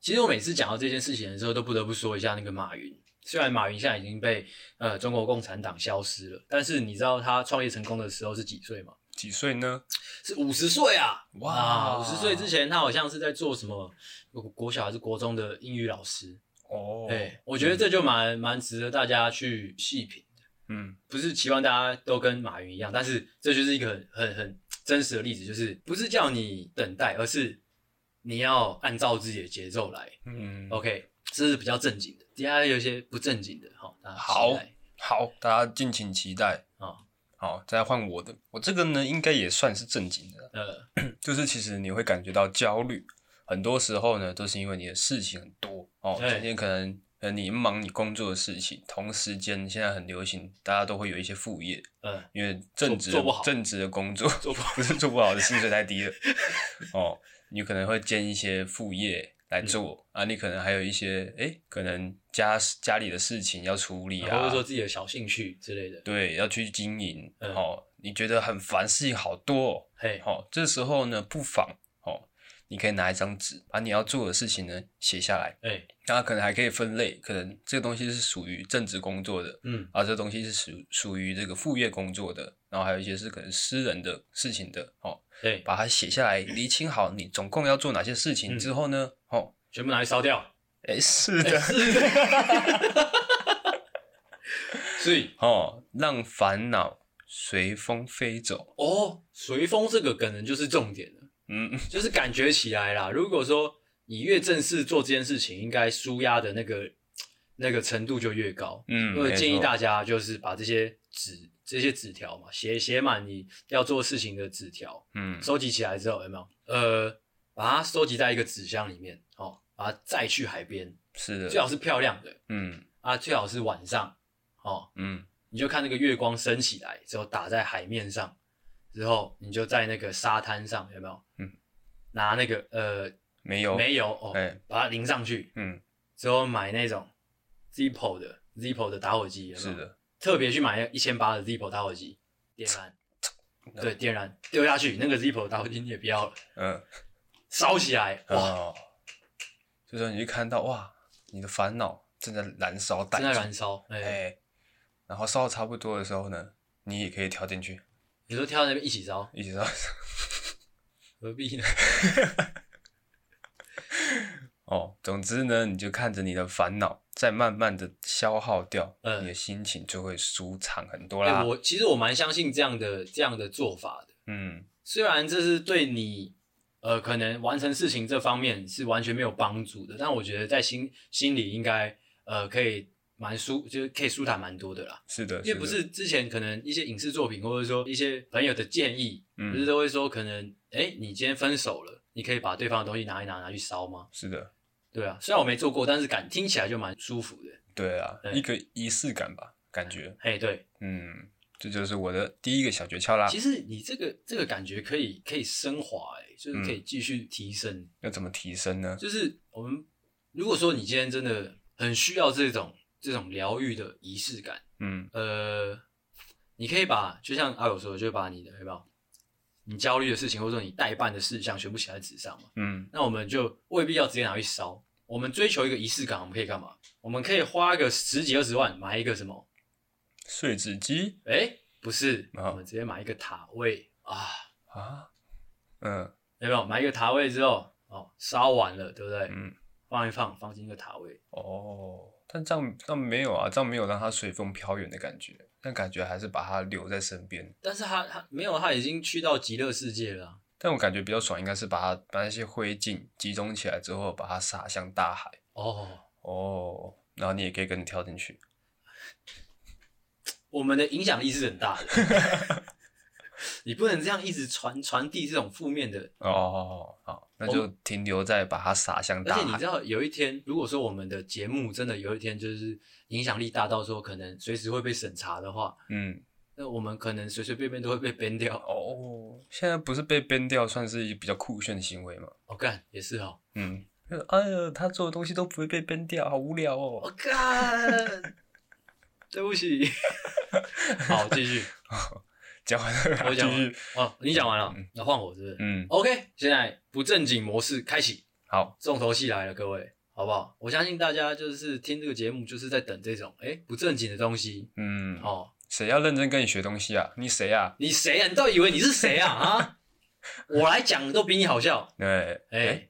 S2: 其实我每次讲到这件事情的时候，都不得不说一下那个马云。虽然马云现在已经被呃中国共产党消失了，但是你知道他创业成功的时候是几岁吗？
S1: 几岁呢？
S2: 是五十岁啊！
S1: 哇
S2: 哇，五十岁之前他好像是在做什么国国小还是国中的英语老师。
S1: 哦
S2: 哎、，我觉得这就蛮蛮值得大家去细品。
S1: 嗯，
S2: 不是期望大家都跟马云一样，但是这就是一个很很很真实的例子，就是不是叫你等待，而是你要按照自己的节奏来。
S1: 嗯，
S2: OK，这是比较正经的，底下有一些不正经的，好，大家
S1: 好
S2: 期待
S1: 好，大家敬请期待。
S2: 啊，
S1: 好，再换我的，我这个呢，应该也算是正经的啦，
S2: 呃，
S1: 就是其实你会感觉到焦虑，很多时候呢，都是因为你的事情很多哦。
S2: 对
S1: 今天可能呃，你忙你工作的事情，同时间现在很流行，大家都会有一些副业，
S2: 呃，
S1: 因为正职
S2: 做不好
S1: 正职的工作
S2: 做不
S1: 不是做不好的，薪水太低了。哦，你可能会兼一些副业来做、
S2: 嗯
S1: 啊，你可能还有一些诶、可能家家里的事情要处理
S2: 或
S1: 啊
S2: 者，说自己的小兴趣之类的，
S1: 对，要去经营、
S2: 嗯
S1: 哦。你觉得很烦，事情好多、哦，
S2: 嘿，
S1: 哦，这时候呢，不妨哦，你可以拿一张纸，把你要做的事情呢写下来，
S2: 哎，
S1: 那可能还可以分类，可能这个东西是属于正职工作的，
S2: 嗯，
S1: 啊，这东西是属属于这个副业工作的，然后还有一些是可能私人的事情的哦，
S2: 对，
S1: 把它写下来，理清好你总共要做哪些事情
S2: 嗯
S1: 之后呢，哦，
S2: 全部拿去烧掉，
S1: 哎，是的，
S2: 所以
S1: 哦，让烦恼随风飞走，
S2: 哦，随风这个可能就是重点了。
S1: 嗯，
S2: 就是感觉起来啦。如果说你越正式做这件事情，应该舒压的那个那个程度就越高。
S1: 嗯
S2: 我
S1: 没
S2: 建议
S1: 错
S2: 大家就是把这些纸、这些纸条嘛，写写满你要做事情的纸条，
S1: 嗯
S2: 收集起来之后，有没有？呃，把它收集在一个纸箱里面，哦，把它载去海边，
S1: 是
S2: 最
S1: 的，
S2: 好是漂亮的
S1: 嗯
S2: 啊，最好是晚上，哦，
S1: 嗯，
S2: 你就看那个月光升起来之后打在海面上，之后你就在那个沙滩上有没有？
S1: 嗯，
S2: 拿那个呃
S1: 没有，
S2: 煤油哦，
S1: 哎，
S2: 把它淋上去，
S1: 嗯，
S2: 之后买那种 Zippo 的 Zippo 的打火机，有没有
S1: 是，的，
S2: 特别去买一千八的 Zippo 打火机，点燃，对，点燃丢下去，那个 Zippo 打火机你也不要了，
S1: 嗯，
S2: 烧起来，哇，
S1: 哦，就说你就看到哇，你的烦恼正在燃烧殆
S2: 正
S1: 尽，
S2: 在燃烧，哎、
S1: 哎，然后烧的差不多的时候呢，你也可以跳进去
S2: 你说跳到那边一起烧，
S1: 一起烧。
S2: 何必 呢？
S1: 哦，总之呢，你就看着你的烦恼在慢慢的消耗掉，
S2: 嗯
S1: 你的心情就会舒畅很多
S2: 哎、
S1: 啦。
S2: 我其实我蛮相信这样的这样的做法的，
S1: 嗯，
S2: 虽然这是对你呃可能完成事情这方面是完全没有帮助的，但我觉得在心心里应该呃可以蛮舒，就是可以舒坦蛮多的啦。
S1: 是的，
S2: 因为不
S1: 的，
S2: 是之前可能一些影视作品，或者说一些朋友的建议，不是
S1: 嗯，
S2: 都会说可能，哎、你今天分手了，你可以把对方的东西拿一拿，拿去烧吗？
S1: 是的，
S2: 对啊，虽然我没做过，但是感听起来就蛮舒服的。
S1: 对啊，
S2: 对
S1: 一个仪式感吧，感觉，
S2: 哎，对，
S1: 嗯，这就是我的第一个小诀窍啦
S2: 其。实你这个这个感觉可以可以升华、哎，就是
S1: 嗯
S2: 可以继续提升。
S1: 要怎么提升呢？
S2: 就是我们如果说你今天真的很需要这种这种疗愈的仪式感，
S1: 嗯
S2: 呃，你可以把就像阿友说的，就把你的有没有你焦虑的事情，或者说你代办的事项，全部写在纸上嘛。
S1: 嗯，
S2: 那我们就未必要直接拿去烧。我们追求一个仪式感，我们可以干嘛？我们可以花个十几二十万买一个什么？
S1: 碎纸机
S2: 哎、不是，
S1: 啊
S2: 我们直接买一个塔位啊，
S1: 啊，嗯
S2: 有没有？买一个塔位之后，哦，烧完了，对不对？
S1: 嗯，
S2: 放一放，放进一个塔位。
S1: 哦，但这样这样没有啊，这样没有让它随风飘远的感觉，但感觉还是把它留在身边。
S2: 但是他他没有，他已经去到极乐世界了啊、
S1: 但我感觉比较爽，应该是把它把那些灰烬集中起来之后，把它撒向大海。
S2: 哦，
S1: 哦，然后你也可以跟着跳进去。
S2: 我们的影响力是很大的。 你不能这样一直传传递这种负面的，
S1: 哦哦哦，好，那就停留在把它撒向
S2: 而
S1: 大啊
S2: 且你
S1: 海
S2: 知。道，有一天如果说我们的节目真的有一天就是影响力大到说可能随时会被审查的话，
S1: 嗯，
S2: 那我们可能随随便便都会被 ban 掉。
S1: 哦，现在不是被编掉，算是比较酷炫的行为嘛？
S2: 我、干也是哦，
S1: 嗯，就是哎呀，他做的东西都不会被编掉，好无聊
S2: 我、
S1: 哦。
S2: 干，对 不起。好，继续，
S1: 讲完了，
S2: 我讲
S1: 继
S2: 完
S1: 续。
S2: 哦，你讲完了
S1: 嗯，
S2: 那换我是不是、
S1: 嗯，
S2: o k 现在不正经模式开启，
S1: 好，
S2: 重头戏来了，各位，好不好？我相信大家就是听这个节目，就是在等这种哎、不正经的东西
S1: 嗯，
S2: 哦。
S1: 谁要认真跟你学东西啊？你谁啊？
S2: 你谁啊？你到底以为你是谁啊？啊，我来讲都比你好笑，
S1: 对，
S2: 哎、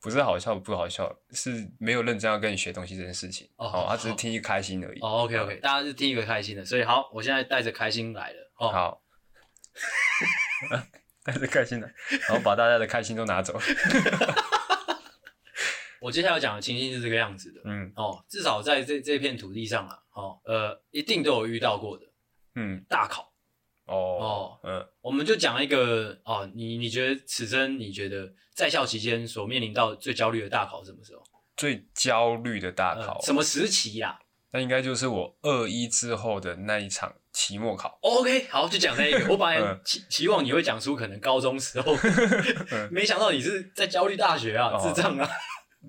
S1: 不是好笑不好笑，是没有认真要跟你学东西这件事情。
S2: 哦
S1: 哦，他只是
S2: 好
S1: 听一开心而已。
S2: 哦，OK OK，大家是听一个开心的，所以好，我现在带着开心来了哦。
S1: 好， 带着开心来，然后把大家的开心都拿走。
S2: 我接下来要讲的情境是这个样子的
S1: 嗯
S2: 哦，至少在这这片土地上啊，哦，呃，一定都有遇到过的
S1: 嗯，
S2: 大考。
S1: 哦
S2: 哦
S1: 嗯
S2: 我们就讲一个哦，你你觉得此生你觉得在校期间所面临到最焦虑的大考是什么时候？
S1: 最焦虑的大
S2: 呃
S1: 考，
S2: 什么时期呀、
S1: 那应该就是我二一之后的那一场期末考。
S2: OK，好，就讲那一个。我本来
S1: 嗯
S2: 期期望你会讲出可能高中时候，没想到你是在焦虑大学啊，
S1: 哦
S2: 智障啊！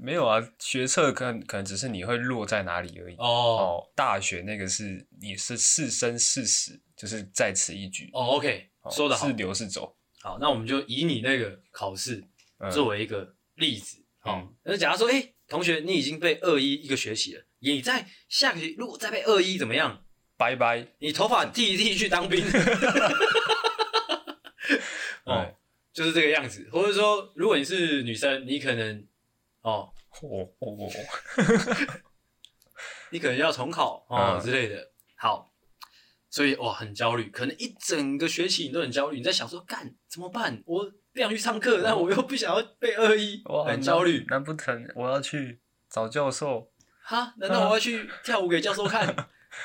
S1: 没有啊，学测可能可能只是你会落在哪里而已。
S2: 哦
S1: 哦，大学那个是你是是生是死，就是在此一举。
S2: 哦，OK，
S1: 哦
S2: 说的好
S1: 是，留是走。
S2: 好，那我们就以你那个考试
S1: 嗯
S2: 作为一个例子。哦
S1: 嗯，
S2: 那假如说，哎，同学，你已经被二一一个学期了，你在下个学如果再被二一怎么样？
S1: 拜 拜。
S2: 你头发剃一剃去当 兵。哦嗯
S1: 对，
S2: 就是这个样子，或者说，如果你是女生，你可能哦，
S1: 哦哦哦，
S2: 你可能要重考哦、
S1: 嗯
S2: 之类的。好，所以哇，很焦虑，可能一整个学期你都很焦虑，你在想说干怎么办？我不想去上课，但我又不想要被恶意，
S1: 我
S2: 很焦虑。
S1: 难不成我要去找教授？
S2: 哈，难道我要去跳舞给教授 看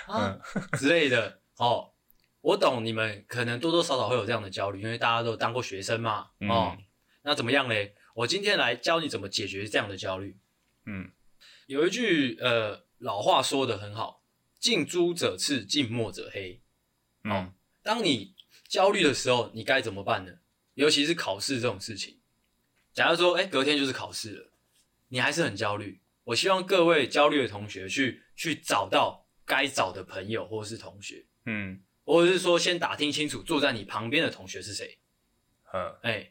S2: 啊、之类的？哦，我懂你们可能多多少少会有这样的焦虑，因为大家都当过学生嘛。哦，
S1: 嗯
S2: 那怎么样嘞？我今天来教你怎么解决这样的焦虑。
S1: 嗯，
S2: 有一句呃老话说的很好，近朱者赤，近墨者黑。哦
S1: 嗯，
S2: 当你焦虑的时候，你该怎么办呢？尤其是考试这种事情。假如说，哎、隔天就是考试了，你还是很焦虑。我希望各位焦虑的同学去去找到该找的朋友或是同学，
S1: 嗯，
S2: 或者是说先打听清楚坐在你旁边的同学是谁。
S1: 嗯，
S2: 哎、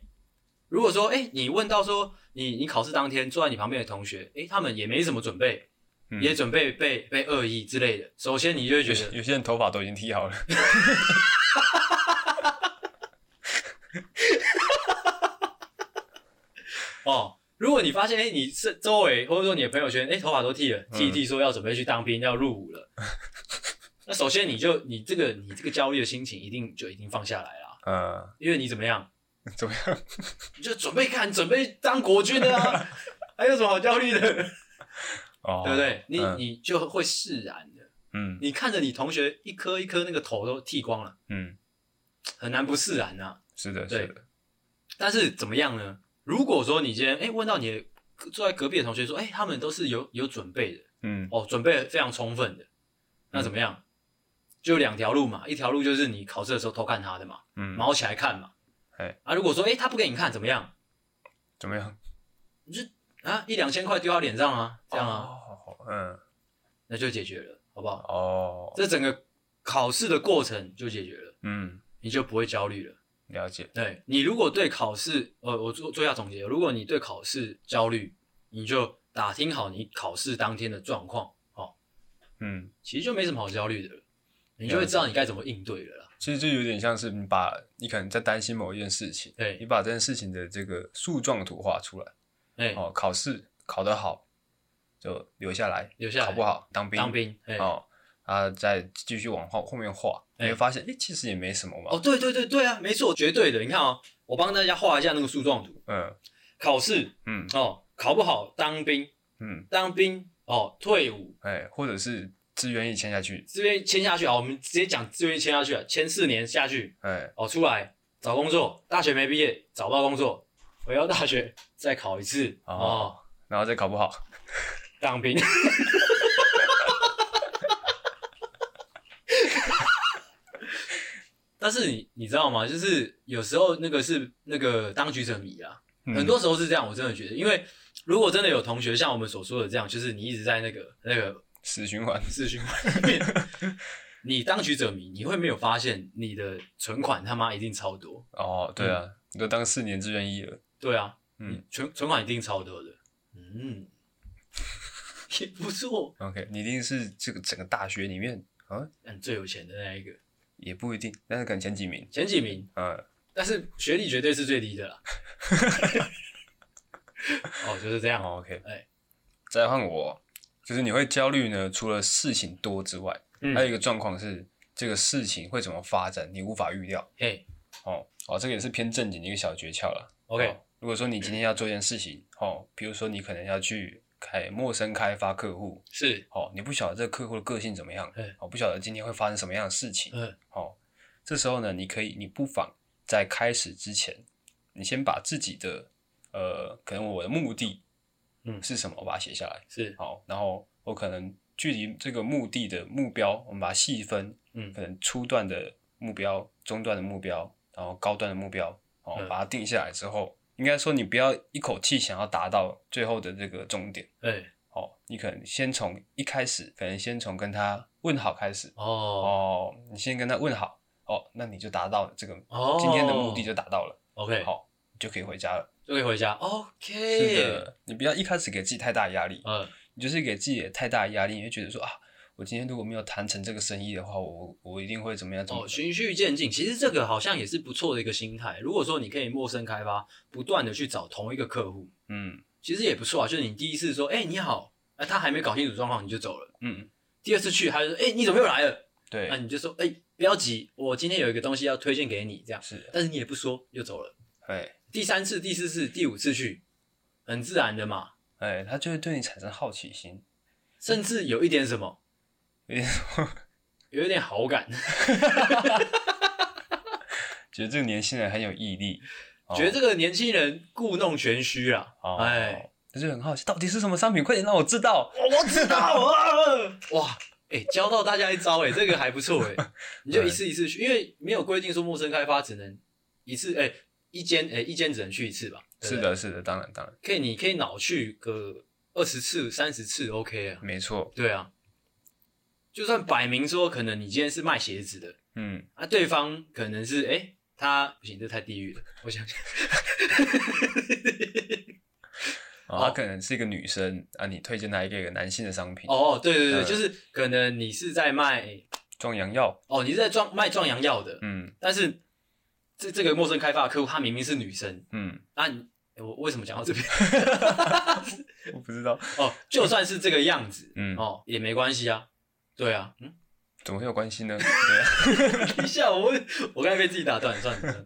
S2: 如果说哎、你问到说你你考试当天坐在你旁边的同学，哎、他们也没什么准备，
S1: 嗯
S2: 也准备被被恶意之类的，首先你就会觉
S1: 有
S2: 得
S1: 些有些人头发都已经剃好了，
S2: 哦，如果你发现哎、你是周围或者说你的朋友圈哎、头发都剃了，剃一剃说要准备去当兵要入伍 了，那首先你就你这个你这个焦虑的心情一定就已经放下来了，
S1: 嗯，
S2: 因为你怎么样，
S1: 怎么样？
S2: 你就准备看准备当国军的 啊，还有什么好焦虑的，对
S1: 哦，
S2: 不对？你、
S1: 嗯
S2: 你就会释然的。
S1: 嗯
S2: 你看着你同学一颗一颗那个头都剃光了，
S1: 嗯，
S2: 很难不释然啊。
S1: 是的，
S2: 对
S1: 是的，
S2: 但是怎么样呢？如果说你今天哎、诶问到你的坐在隔壁的同学说，哎、他们都是有有准备的
S1: 嗯
S2: 哦，准备得非常充分的，那怎么样？就有两条路嘛，一条路就是你考试的时候偷看他的嘛，
S1: 嗯，
S2: 毛起来看嘛。
S1: 哎
S2: 啊，如果说哎、诶他不给你看怎么样
S1: 怎么样？
S2: 啊？一两千块丢他脸上啊，这样啊，
S1: 哦，嗯，
S2: 那就解决了，好不好？
S1: 哦，
S2: 这整个考试的过程就解决了，
S1: 嗯，
S2: 你就不会焦虑了。
S1: 了解，
S2: 对你如果对考试，呃，我做做一下总结，如果你对考试焦虑，你就打听好你考试当天的状况，哦，
S1: 嗯，
S2: 其实就没什么好焦虑的了，你就会知道你该怎么应对了啦。
S1: 其实就有点像是你把你可能在担心某一件事情，你
S2: 对，
S1: 把这件事情的这个树状图画出来，
S2: 哎、
S1: 哦，考试考得好就留下来，
S2: 留下来
S1: 考不好当兵，
S2: 当兵，哎、
S1: 哦，啊，再继续往后后面画，你
S2: 哎
S1: 会发现，哎，其实也没什么
S2: 哦，
S1: 嘛，
S2: 对对对对啊，没错，绝对的。你看哦，我帮大家画一下那个树状图，
S1: 嗯
S2: 考试
S1: 嗯
S2: 哦，考不好当兵，
S1: 嗯，
S2: 当兵哦，退伍。
S1: 哎，或者是志愿役签下去，
S2: 这边签下去啊，我们直接讲这边签下去啊，签四年下去，
S1: 哎，
S2: 哦，出来找工作，大学没毕业找不到工作，回到大学再考一次
S1: 哦
S2: 哦
S1: 然后再考不好，
S2: 当兵。 但是你你知道吗？就是有时候那个是那个当局者迷啊，
S1: 嗯
S2: 很多时候是这样，我真的觉得，因为如果真的有同学像我们所说的这样，就是你一直在那个那个
S1: 死循环，
S2: 视讯里面， 你当局者迷，你会没有发现你的存款他妈一定超多，
S1: 哦，对啊，
S2: 嗯
S1: 你都当四年志愿役了，
S2: 对啊，
S1: 嗯
S2: 嗯，存存款一定超多的，嗯， 也不错，
S1: ，OK，你一定是这个整个大学里面啊，
S2: 嗯，最有钱的那一个
S1: 也不一定，但是可能前几名，
S2: 前几名，
S1: 嗯，
S2: 但是学历绝对是最低的啦。 哦，就是这样哦，
S1: 哦，OK，
S2: 哎，
S1: 再换我，就是你会焦虑呢，除了事情多之外，
S2: 嗯
S1: 还有一个状况是这个事情会怎么发展，你无法预料。
S2: 嘿
S1: 哦，哦，这个也是偏正经的一个小诀窍了。
S2: ，OK，
S1: 哦如果说你今天要做一件事情，哦，比如说你可能要去开陌生开发客户，
S2: 是，
S1: 哦，你不晓得这个客户的个性怎么样
S2: 嗯，
S1: 哦，不晓得今天会发生什么样的事情，
S2: 嗯，
S1: 哦，这时候呢，你可以，你不妨在开始之前，你先把自己的，呃，可能我的目的，
S2: 嗯
S1: 是什么，我把它写下来，
S2: 是，
S1: 好，然后我可能距离这个目的的目标，我们把它细分，
S2: 嗯
S1: 可能初段的目标、中段的目标，然后高段的目标，哦，
S2: 嗯
S1: 把它定下来之后，应该说你不要一口气想要达到最后的这个终点，
S2: 哎，
S1: 哦，你可能先从一开始，可能先从跟他问好开始，
S2: 哦，
S1: 哦，你先跟他问好，哦，那你就达到了这个
S2: 哦，
S1: 今天的目的就达到了，
S2: OK，
S1: 好，你就可以回家了。
S2: 就可以回家
S1: 是
S2: ，OK，
S1: 的，你不要一开始给自己太大压力，
S2: 嗯，
S1: 你就是给自己也太大的压力，你会觉得说啊，我今天如果没有谈成这个生意的话，我我一定会怎么样怎么
S2: 哦，
S1: 样。
S2: 循序渐进，其实这个好像也是不错的一个心态。如果说你可以陌生开发，不断的去找同一个客户，
S1: 嗯
S2: 其实也不错啊。就是你第一次说，哎、你好，啊，他还没搞清楚状况你就走了。
S1: 嗯，
S2: 第二次去，他就说，哎、你怎么又来了？
S1: 对，
S2: 那、你就说，哎、不要急，我今天有一个东西要推荐给你，这样。
S1: 是，
S2: 但是你也不说，又走了。
S1: 哎
S2: 第三次、第四次、第五次去，很自然的嘛，
S1: 哎，他就会对你产生好奇心，
S2: 甚至有一点什么，
S1: 有点说
S2: 有一点好感。
S1: 觉得这个年轻人很有毅力。哦
S2: 觉得这个年轻人故弄玄虚啦，
S1: 哦，
S2: 哎，，哦
S1: 就是很好奇，到底是什么商品？快点让我知道。
S2: 我知道啊， 哇，哎、教到大家一招、哎，这个还不 错，哎，你就一次一次去，因为没有规定说陌生开发只能一次，哎、一间，哎、一间只能去一次吧？对
S1: 是
S2: 不对，
S1: 的，是的，当然，当然，
S2: 可以，你可以脑去个二十次、三十次，OK 啊，
S1: 没错。
S2: 对啊，就算摆明说可能你今天是卖鞋子的，
S1: 嗯，
S2: 啊，对方可能是哎、诶他不行，这太地狱了。我想想，
S1: 哦她可能是一个女生啊，你推荐她一个一个男性的商品，
S2: 哦，对对对，
S1: 嗯
S2: 就是可能你是在卖
S1: 壮阳药。
S2: 哦，你是在壮卖壮阳药的，
S1: 嗯
S2: 但是这这个陌生开发的客户，他明明是女生，
S1: 嗯，
S2: 那你、诶我为什么讲到这边？
S1: 我不知道，
S2: 哦，就算是这个样子，
S1: 嗯
S2: 哦，也没关系啊。对啊，嗯，
S1: 怎么会有关系呢？对啊
S2: 等一下，我我刚才被自己打断，算了算了，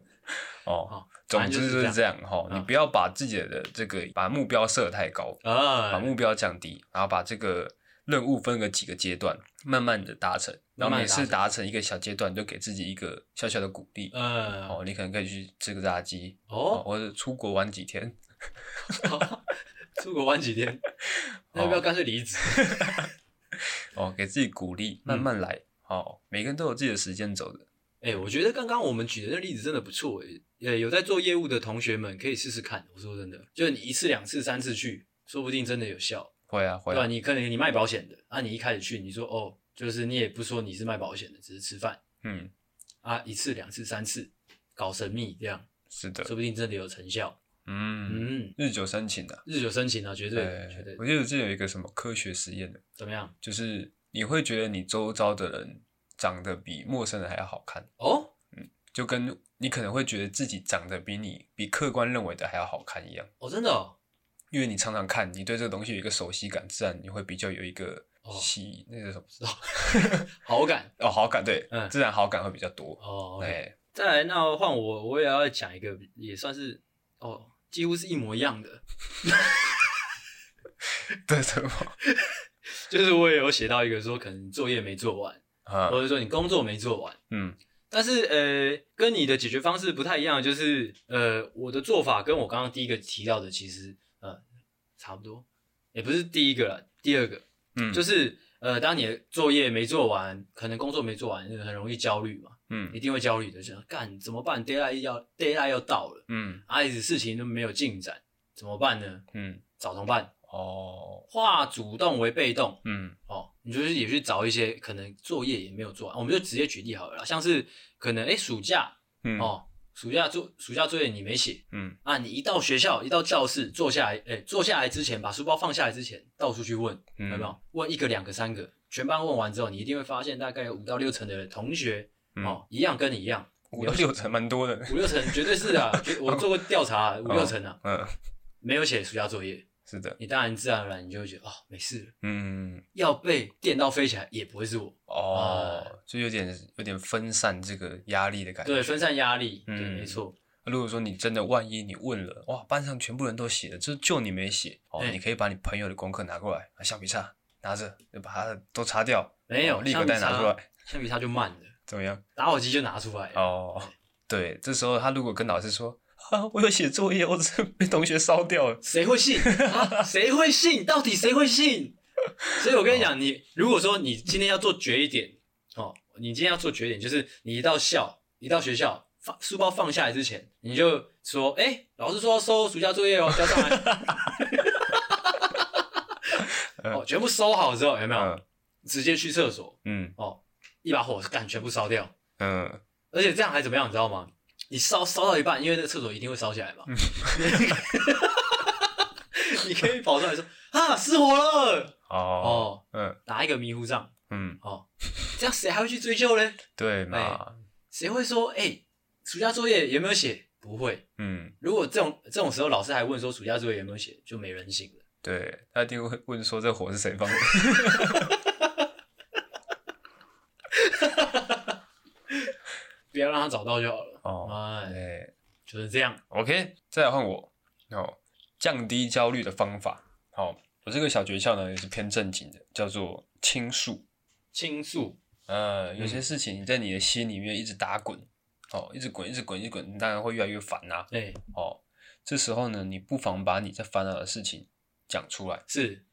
S1: 哦
S2: 哦，
S1: 总
S2: 反正
S1: 之
S2: 就
S1: 就
S2: 是
S1: 是这
S2: 这
S1: 样哈，你
S2: 嗯
S1: 不要把自己的这个把目标设得太高，把
S2: 啊，
S1: 目标降低，然后把这个任务分个几个阶段，慢慢的达成，然后
S2: 慢慢地
S1: 每次达
S2: 达成
S1: 成一个小阶段，你就给自己一个小小的鼓励。
S2: 呃，
S1: 哦，你可能可以去吃个炸鸡，哦，
S2: 哦，
S1: 或者出国玩几天。
S2: 出国玩几天，那要不要干脆离职？
S1: 哦，给自己鼓励，慢慢来。哦，每个人都有自己的时间走的。
S2: 哎、我觉得刚刚我们举的那例子真的不错、欸，呃，有在做业务的同学们可以试试看。我说真的，就是你一次、两次、三次去，说不定真的有效，
S1: 会啊，会
S2: 对吧？
S1: 啊。
S2: 你可能你卖保险的，啊，你一开始去，你说哦，就是你也不说你是卖保险的，只是吃饭
S1: 嗯，
S2: 啊，一次、两次、三次，搞神秘这样，
S1: 是的。
S2: 说不定真的有成效。
S1: 嗯，
S2: 嗯，
S1: 日久生情的。
S2: 日久生情啊，绝对，
S1: 哎
S2: 绝对
S1: 我记得这有一个什么科学实验的，
S2: 怎么样？
S1: 就是你会觉得你周遭的人长得比陌生人还要好看，
S2: 哦，
S1: 就跟你可能会觉得自己长得比你比客观认为的还要好看一样。
S2: 哦，真的、哦，
S1: 因为你常常看，你对这个东西有一个熟悉感，自然你会比较有一个
S2: 哦
S1: 喜、那个什么
S2: 好感
S1: 哦好感，对，
S2: 嗯
S1: 自然好感会比较多。
S2: 哦。
S1: 哎、
S2: OK 再来，那换我，我也要讲一个，也算是哦，几乎是一模一样的。
S1: 对什么？
S2: 就是我也有写到一个说，可能作业没做完，
S1: 啊，
S2: 或者说你工作没做完，
S1: 嗯
S2: 但是呃，跟你的解决方式不太一样，就是呃，我的做法跟我刚刚第一个提到的其实呃差不多，也不是第一个了，第二个
S1: 嗯，
S2: 就是是呃，当你的作业没做完，可能工作没做完，很容易焦虑嘛，
S1: 嗯
S2: 一定会焦虑的，想干怎么办？deadline 要 deadline 要到了，
S1: 嗯
S2: 啊，一直事情都没有进展，怎么办呢？
S1: 嗯，
S2: 找同伴，
S1: 哦，
S2: 化主动为被动。
S1: 嗯
S2: 哦，你就是也去找一些可能作业也没有做完，我们就直接举例好了啦，像是可能哎、诶暑假、
S1: 嗯
S2: 哦，暑假作暑假作业你没写
S1: 嗯
S2: 啊，你一到学校一到教室坐下来，哎、坐下来之前把书包放下来之前，到处去问，
S1: 嗯
S2: 有没有？问一个两个三个，全班问完之后，你一定会发现大概有五到六成的同学、
S1: 嗯
S2: 哦，一样跟你一样，
S1: 五到六成蛮多的。
S2: 五六成绝对是 啊，绝我做过调查，五六成啊
S1: 嗯，
S2: 没有写暑假作业，
S1: 是的，
S2: 你当然自然而然你就会觉得哦没事了，
S1: 嗯，
S2: 要被电到飞起来也不会是我。
S1: 哦，就有点有点分散这个压力的感觉。
S2: 对，分散压力，对，
S1: 嗯
S2: 没错，
S1: 如果说你真的万一你问了，哇，班上全部人都写了，就就你没写，哦，
S2: 哎
S1: 你可以把你朋友的功课拿过来，啊橡皮擦拿着，就把它都擦掉，
S2: 没
S1: 哦
S2: 有
S1: 立可
S2: 橡
S1: 带
S2: 皮
S1: 拿出
S2: 擦
S1: 来，，
S2: 橡皮擦就慢了，
S1: 怎么样？
S2: 打火机就拿出来了，
S1: 哦，对，这时候他如果跟老师说啊，我有写作业，我只是被同学烧掉了，
S2: 谁会信？啊谁会信？到底谁会信？所以我跟你讲，你如果说你今天要做绝一点哦，你今天要做绝一点，就是你一到校，一到学校，放书包放下来之前，你就说，哎、老师说要收暑假作业哦，交上来。哦，全部收好之后，有没有？
S1: 嗯
S2: 直接去厕所，
S1: 嗯
S2: 哦，一把火干全部烧掉。
S1: 嗯，
S2: 而且这样还怎么样，你知道吗？你烧烧到一半，因为那个厕所一定会烧起来嘛。
S1: 嗯
S2: 你可以跑出来说啊，失火了，
S1: 哦，
S2: 哦，
S1: 嗯
S2: 打一个迷糊仗，
S1: 嗯，
S2: 哦，这样谁还会去追究嘞？
S1: 对嘛，
S2: 谁会说，哎、暑假作业有没有写？不会。
S1: 嗯，
S2: 如果这种这种时候老师还问说暑假作业有没有写，就没人性了。
S1: 对，他一定会问说这火是谁放的，
S2: 不要让他找到就好了。
S1: 哦，
S2: 哎，
S1: 对
S2: 就是这样。
S1: ，OK，再来换我，哦，降低焦虑的方法，好、我这个小诀窍呢也是偏正经的，叫做倾诉，
S2: 倾诉嗯
S1: 呃，有些事情在你的心里面一直打滚，哦，一直滚，一直滚，一直滚，当然会越来越烦呐、
S2: 哎、
S1: 哦，这时候呢，你不妨把你在烦恼的事情讲出来。
S2: 是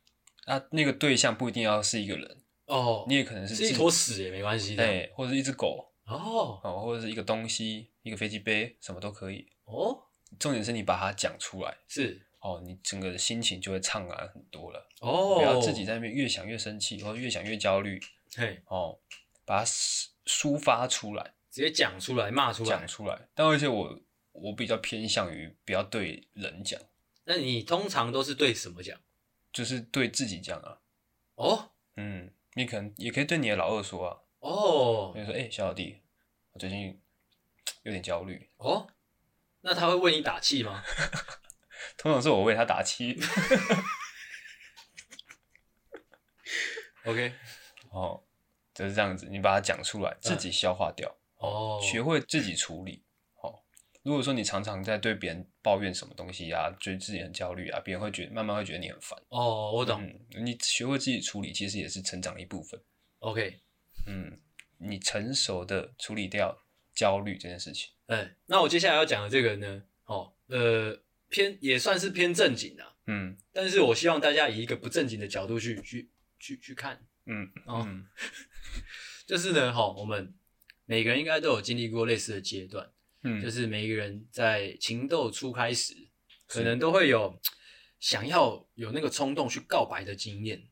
S1: 那那个对象不一定要是一个人，
S2: 哦，
S1: 你也可能是
S2: 是一
S1: 自己
S2: 坨屎也没关系的。
S1: 哎，或者一只狗，
S2: 哦
S1: 哦，或者是一个东西，一个飞机杯，什么都可以。
S2: 哦，
S1: 重点是你把它讲出来，
S2: 是
S1: 哦，你整个心情就会畅然很多了。
S2: 哦，
S1: 不要自己在那边越想越生气，或者越想越焦虑，
S2: 嘿，
S1: 哦，把它抒抒发出来，
S2: 直接讲出来骂出
S1: 讲
S2: 来。
S1: 出来。但而且我我比较偏向于不要对人讲，
S2: 那你通常都是对什么讲？
S1: 就是对自己讲啊。
S2: 哦
S1: 嗯，你可能也可以对你的老二说啊，
S2: 哦
S1: 比如说，哎、小老弟，我最近有点焦虑。
S2: 哦，那他会为你打 气吗？
S1: 通常是我为他打气。
S2: OK，
S1: 哦，就是这样子，你把它讲出来，自己消化掉，
S2: 哦，
S1: 学会自己处理。哦，如果说你常常在对别人抱怨什么东西啊，觉得自己很焦虑啊，别人会觉得慢慢会觉得你很烦。
S2: 哦，我懂。
S1: 嗯，你学会自己处理，其实也是成长的一部分。
S2: OK，
S1: 嗯，你成熟的处理掉焦虑这件事情。
S2: 哎，那我接下来要讲的这个呢，哦，呃，偏也算是偏正经啊，
S1: 嗯
S2: 但是我希望大家以一个不正经的角度去去去去看，
S1: 嗯
S2: 哦
S1: 嗯
S2: 就是呢，哈、我们每个人应该都有经历过类似的阶段，
S1: 嗯，
S2: 就是是每一个人在情窦初开时，可
S1: 是
S2: 能都会有想要有那个冲动去告白的经验，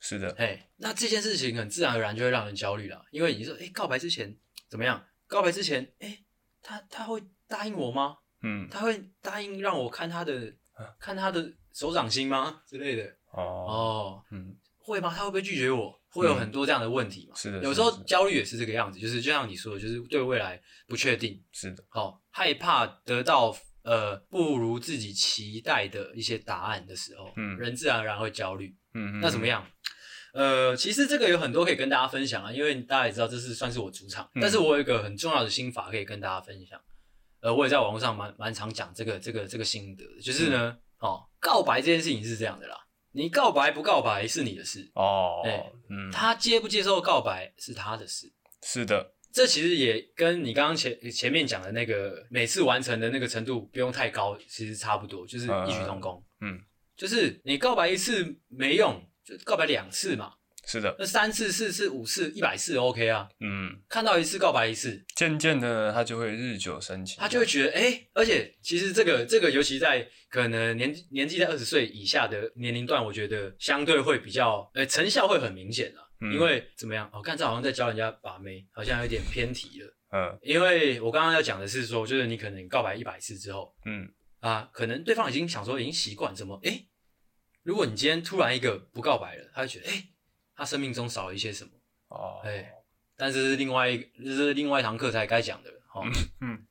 S1: 是的，
S2: 哎，那这件事情很自然而然就会让人焦虑啦，因为你说，哎，告白之前怎么样？告白之前，哎，他他会答应我吗？
S1: 嗯
S2: 他会答应让我看他的
S1: 啊
S2: 看他的手掌心吗之类的？
S1: 哦
S2: 哦，
S1: 嗯
S2: 会吗？他会不会拒绝我？会有很多这样的问题嘛？
S1: 是的
S2: 有
S1: 是
S2: 时
S1: 的
S2: 候
S1: 是的
S2: 焦虑也是这个样子，就是就像你说的，就是对未来不确定，
S1: 是的，嗯
S2: 好、害怕得到呃不如自己期待的一些答案的时候，
S1: 嗯
S2: 人自然而然会焦虑。
S1: 嗯嗯
S2: 那怎么？样？呃，其实这个有很多可以跟大家分享啊，因为大家也知道这是算是我主场，
S1: 嗯
S2: 但是我有一个很重要的心法可以跟大家分享。呃，我也在网络上蛮蛮常讲这个这个这个心得的，就是
S1: 嗯
S2: 呢，哦，告白这件事情是这样的啦，你告白不告白是你的事，
S1: 哦
S2: 哎，
S1: 嗯，
S2: 他接不接受告白是他的事。
S1: 是的，
S2: 这其实也跟你刚刚前前面讲的那个每次完成的那个程度不用太高，其实差不多，就是异曲同工。
S1: 嗯嗯
S2: 就是你告白一次没用，就告白两次嘛，
S1: 是的，
S2: 那三次、四次、五次、一百次 OK 啊。
S1: 嗯，
S2: 看到一次告白一次，
S1: 渐渐的他就会日久生情，
S2: 他就会觉得哎、诶而且其实这个这个，尤其在可能年年纪在二十岁以下的年龄段，我觉得相对会比较呃成效会很明显啊。
S1: 嗯
S2: 因为怎么样？我、哦、看这好像在教人家把妹，好像有点偏题了。
S1: 嗯
S2: 因为我刚刚要讲的是说，就是你可能告白一百次之后
S1: 嗯
S2: 啊，可能对方已经想说已经习惯，怎么诶、如果你今天突然一个不告白了，他会觉得诶、他生命中少了一些什么，
S1: 哦，
S2: 哎、但是这是另外一个，这是另外一堂课才该讲的了。哦，
S1: 嗯，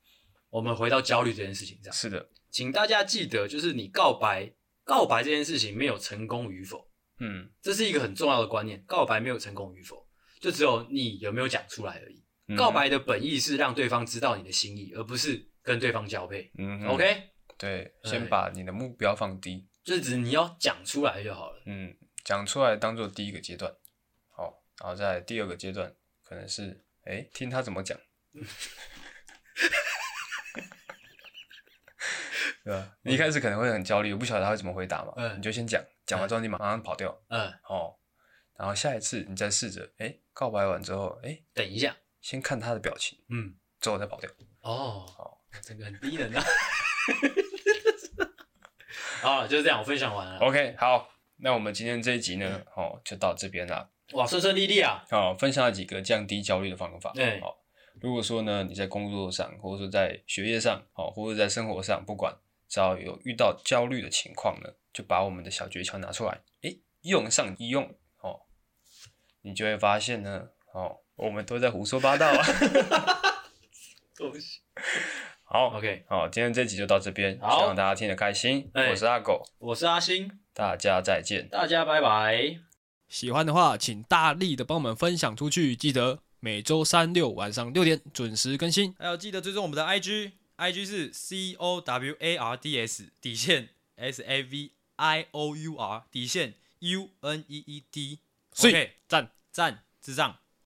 S2: 我们回到焦虑这件事情上，
S1: 是的，
S2: 请大家记得，就是你告白，告白这件事情没有成功与否，
S1: 嗯
S2: 这是一个很重要的观念。告白没有成功与否，就只有你有没有讲出来而已。
S1: 嗯
S2: 告白的本意是让对方知道你的心意，而不是跟对方交配。
S1: 嗯哼
S2: OK，
S1: 对，
S2: 哎
S1: 先把你的目标放低，
S2: 就是只你要讲出来就好了。
S1: 嗯，讲出来当做第一个阶段，好，然后在第二个阶段可能是哎听他怎么讲， 对吧？你一开始可能会很焦虑，不晓得他会怎么回答嘛，
S2: 嗯
S1: 你就先讲，讲完之后你马上跑掉，
S2: 嗯，
S1: 哦，然后下一次你再试着哎告白完之后哎
S2: 等一下，
S1: 先看他的表情，
S2: 嗯，
S1: 之后再跑掉。
S2: 哦，
S1: 好，
S2: 这个很低能啊。好了，就是这样，我分享完了。
S1: OK，好，那我们今天这一集呢，哦，就到这边啦。
S2: 哇，顺顺利利啊。
S1: 哦，分享了几个降低焦虑的方法。
S2: 对
S1: 哦，如果说呢你在工作上，或者说在学业上，哦，或者在生活上，不管只要有遇到焦虑的情况呢，就把我们的小诀窍拿出来，诶，用上一用，哦，你就会发现呢，哦，我们都在胡说八道 啊。好
S2: OK，
S1: 好，今天这集就到这边，
S2: 好
S1: 希望大家听得开心。
S2: 哎
S1: 我是阿狗，
S2: 我是阿星，
S1: 大家再见。
S2: 大家拜拜。
S3: 喜欢的话，请大力的帮我们分享出去。记得每周三六晚上六点准时更新。
S4: 还有记得追踪我们的 IG，IG 是 C O W A R D S 底线 S A V I O U R 底线 U N E E D。
S3: 所以
S4: OK，
S3: 赞
S4: 赞智障。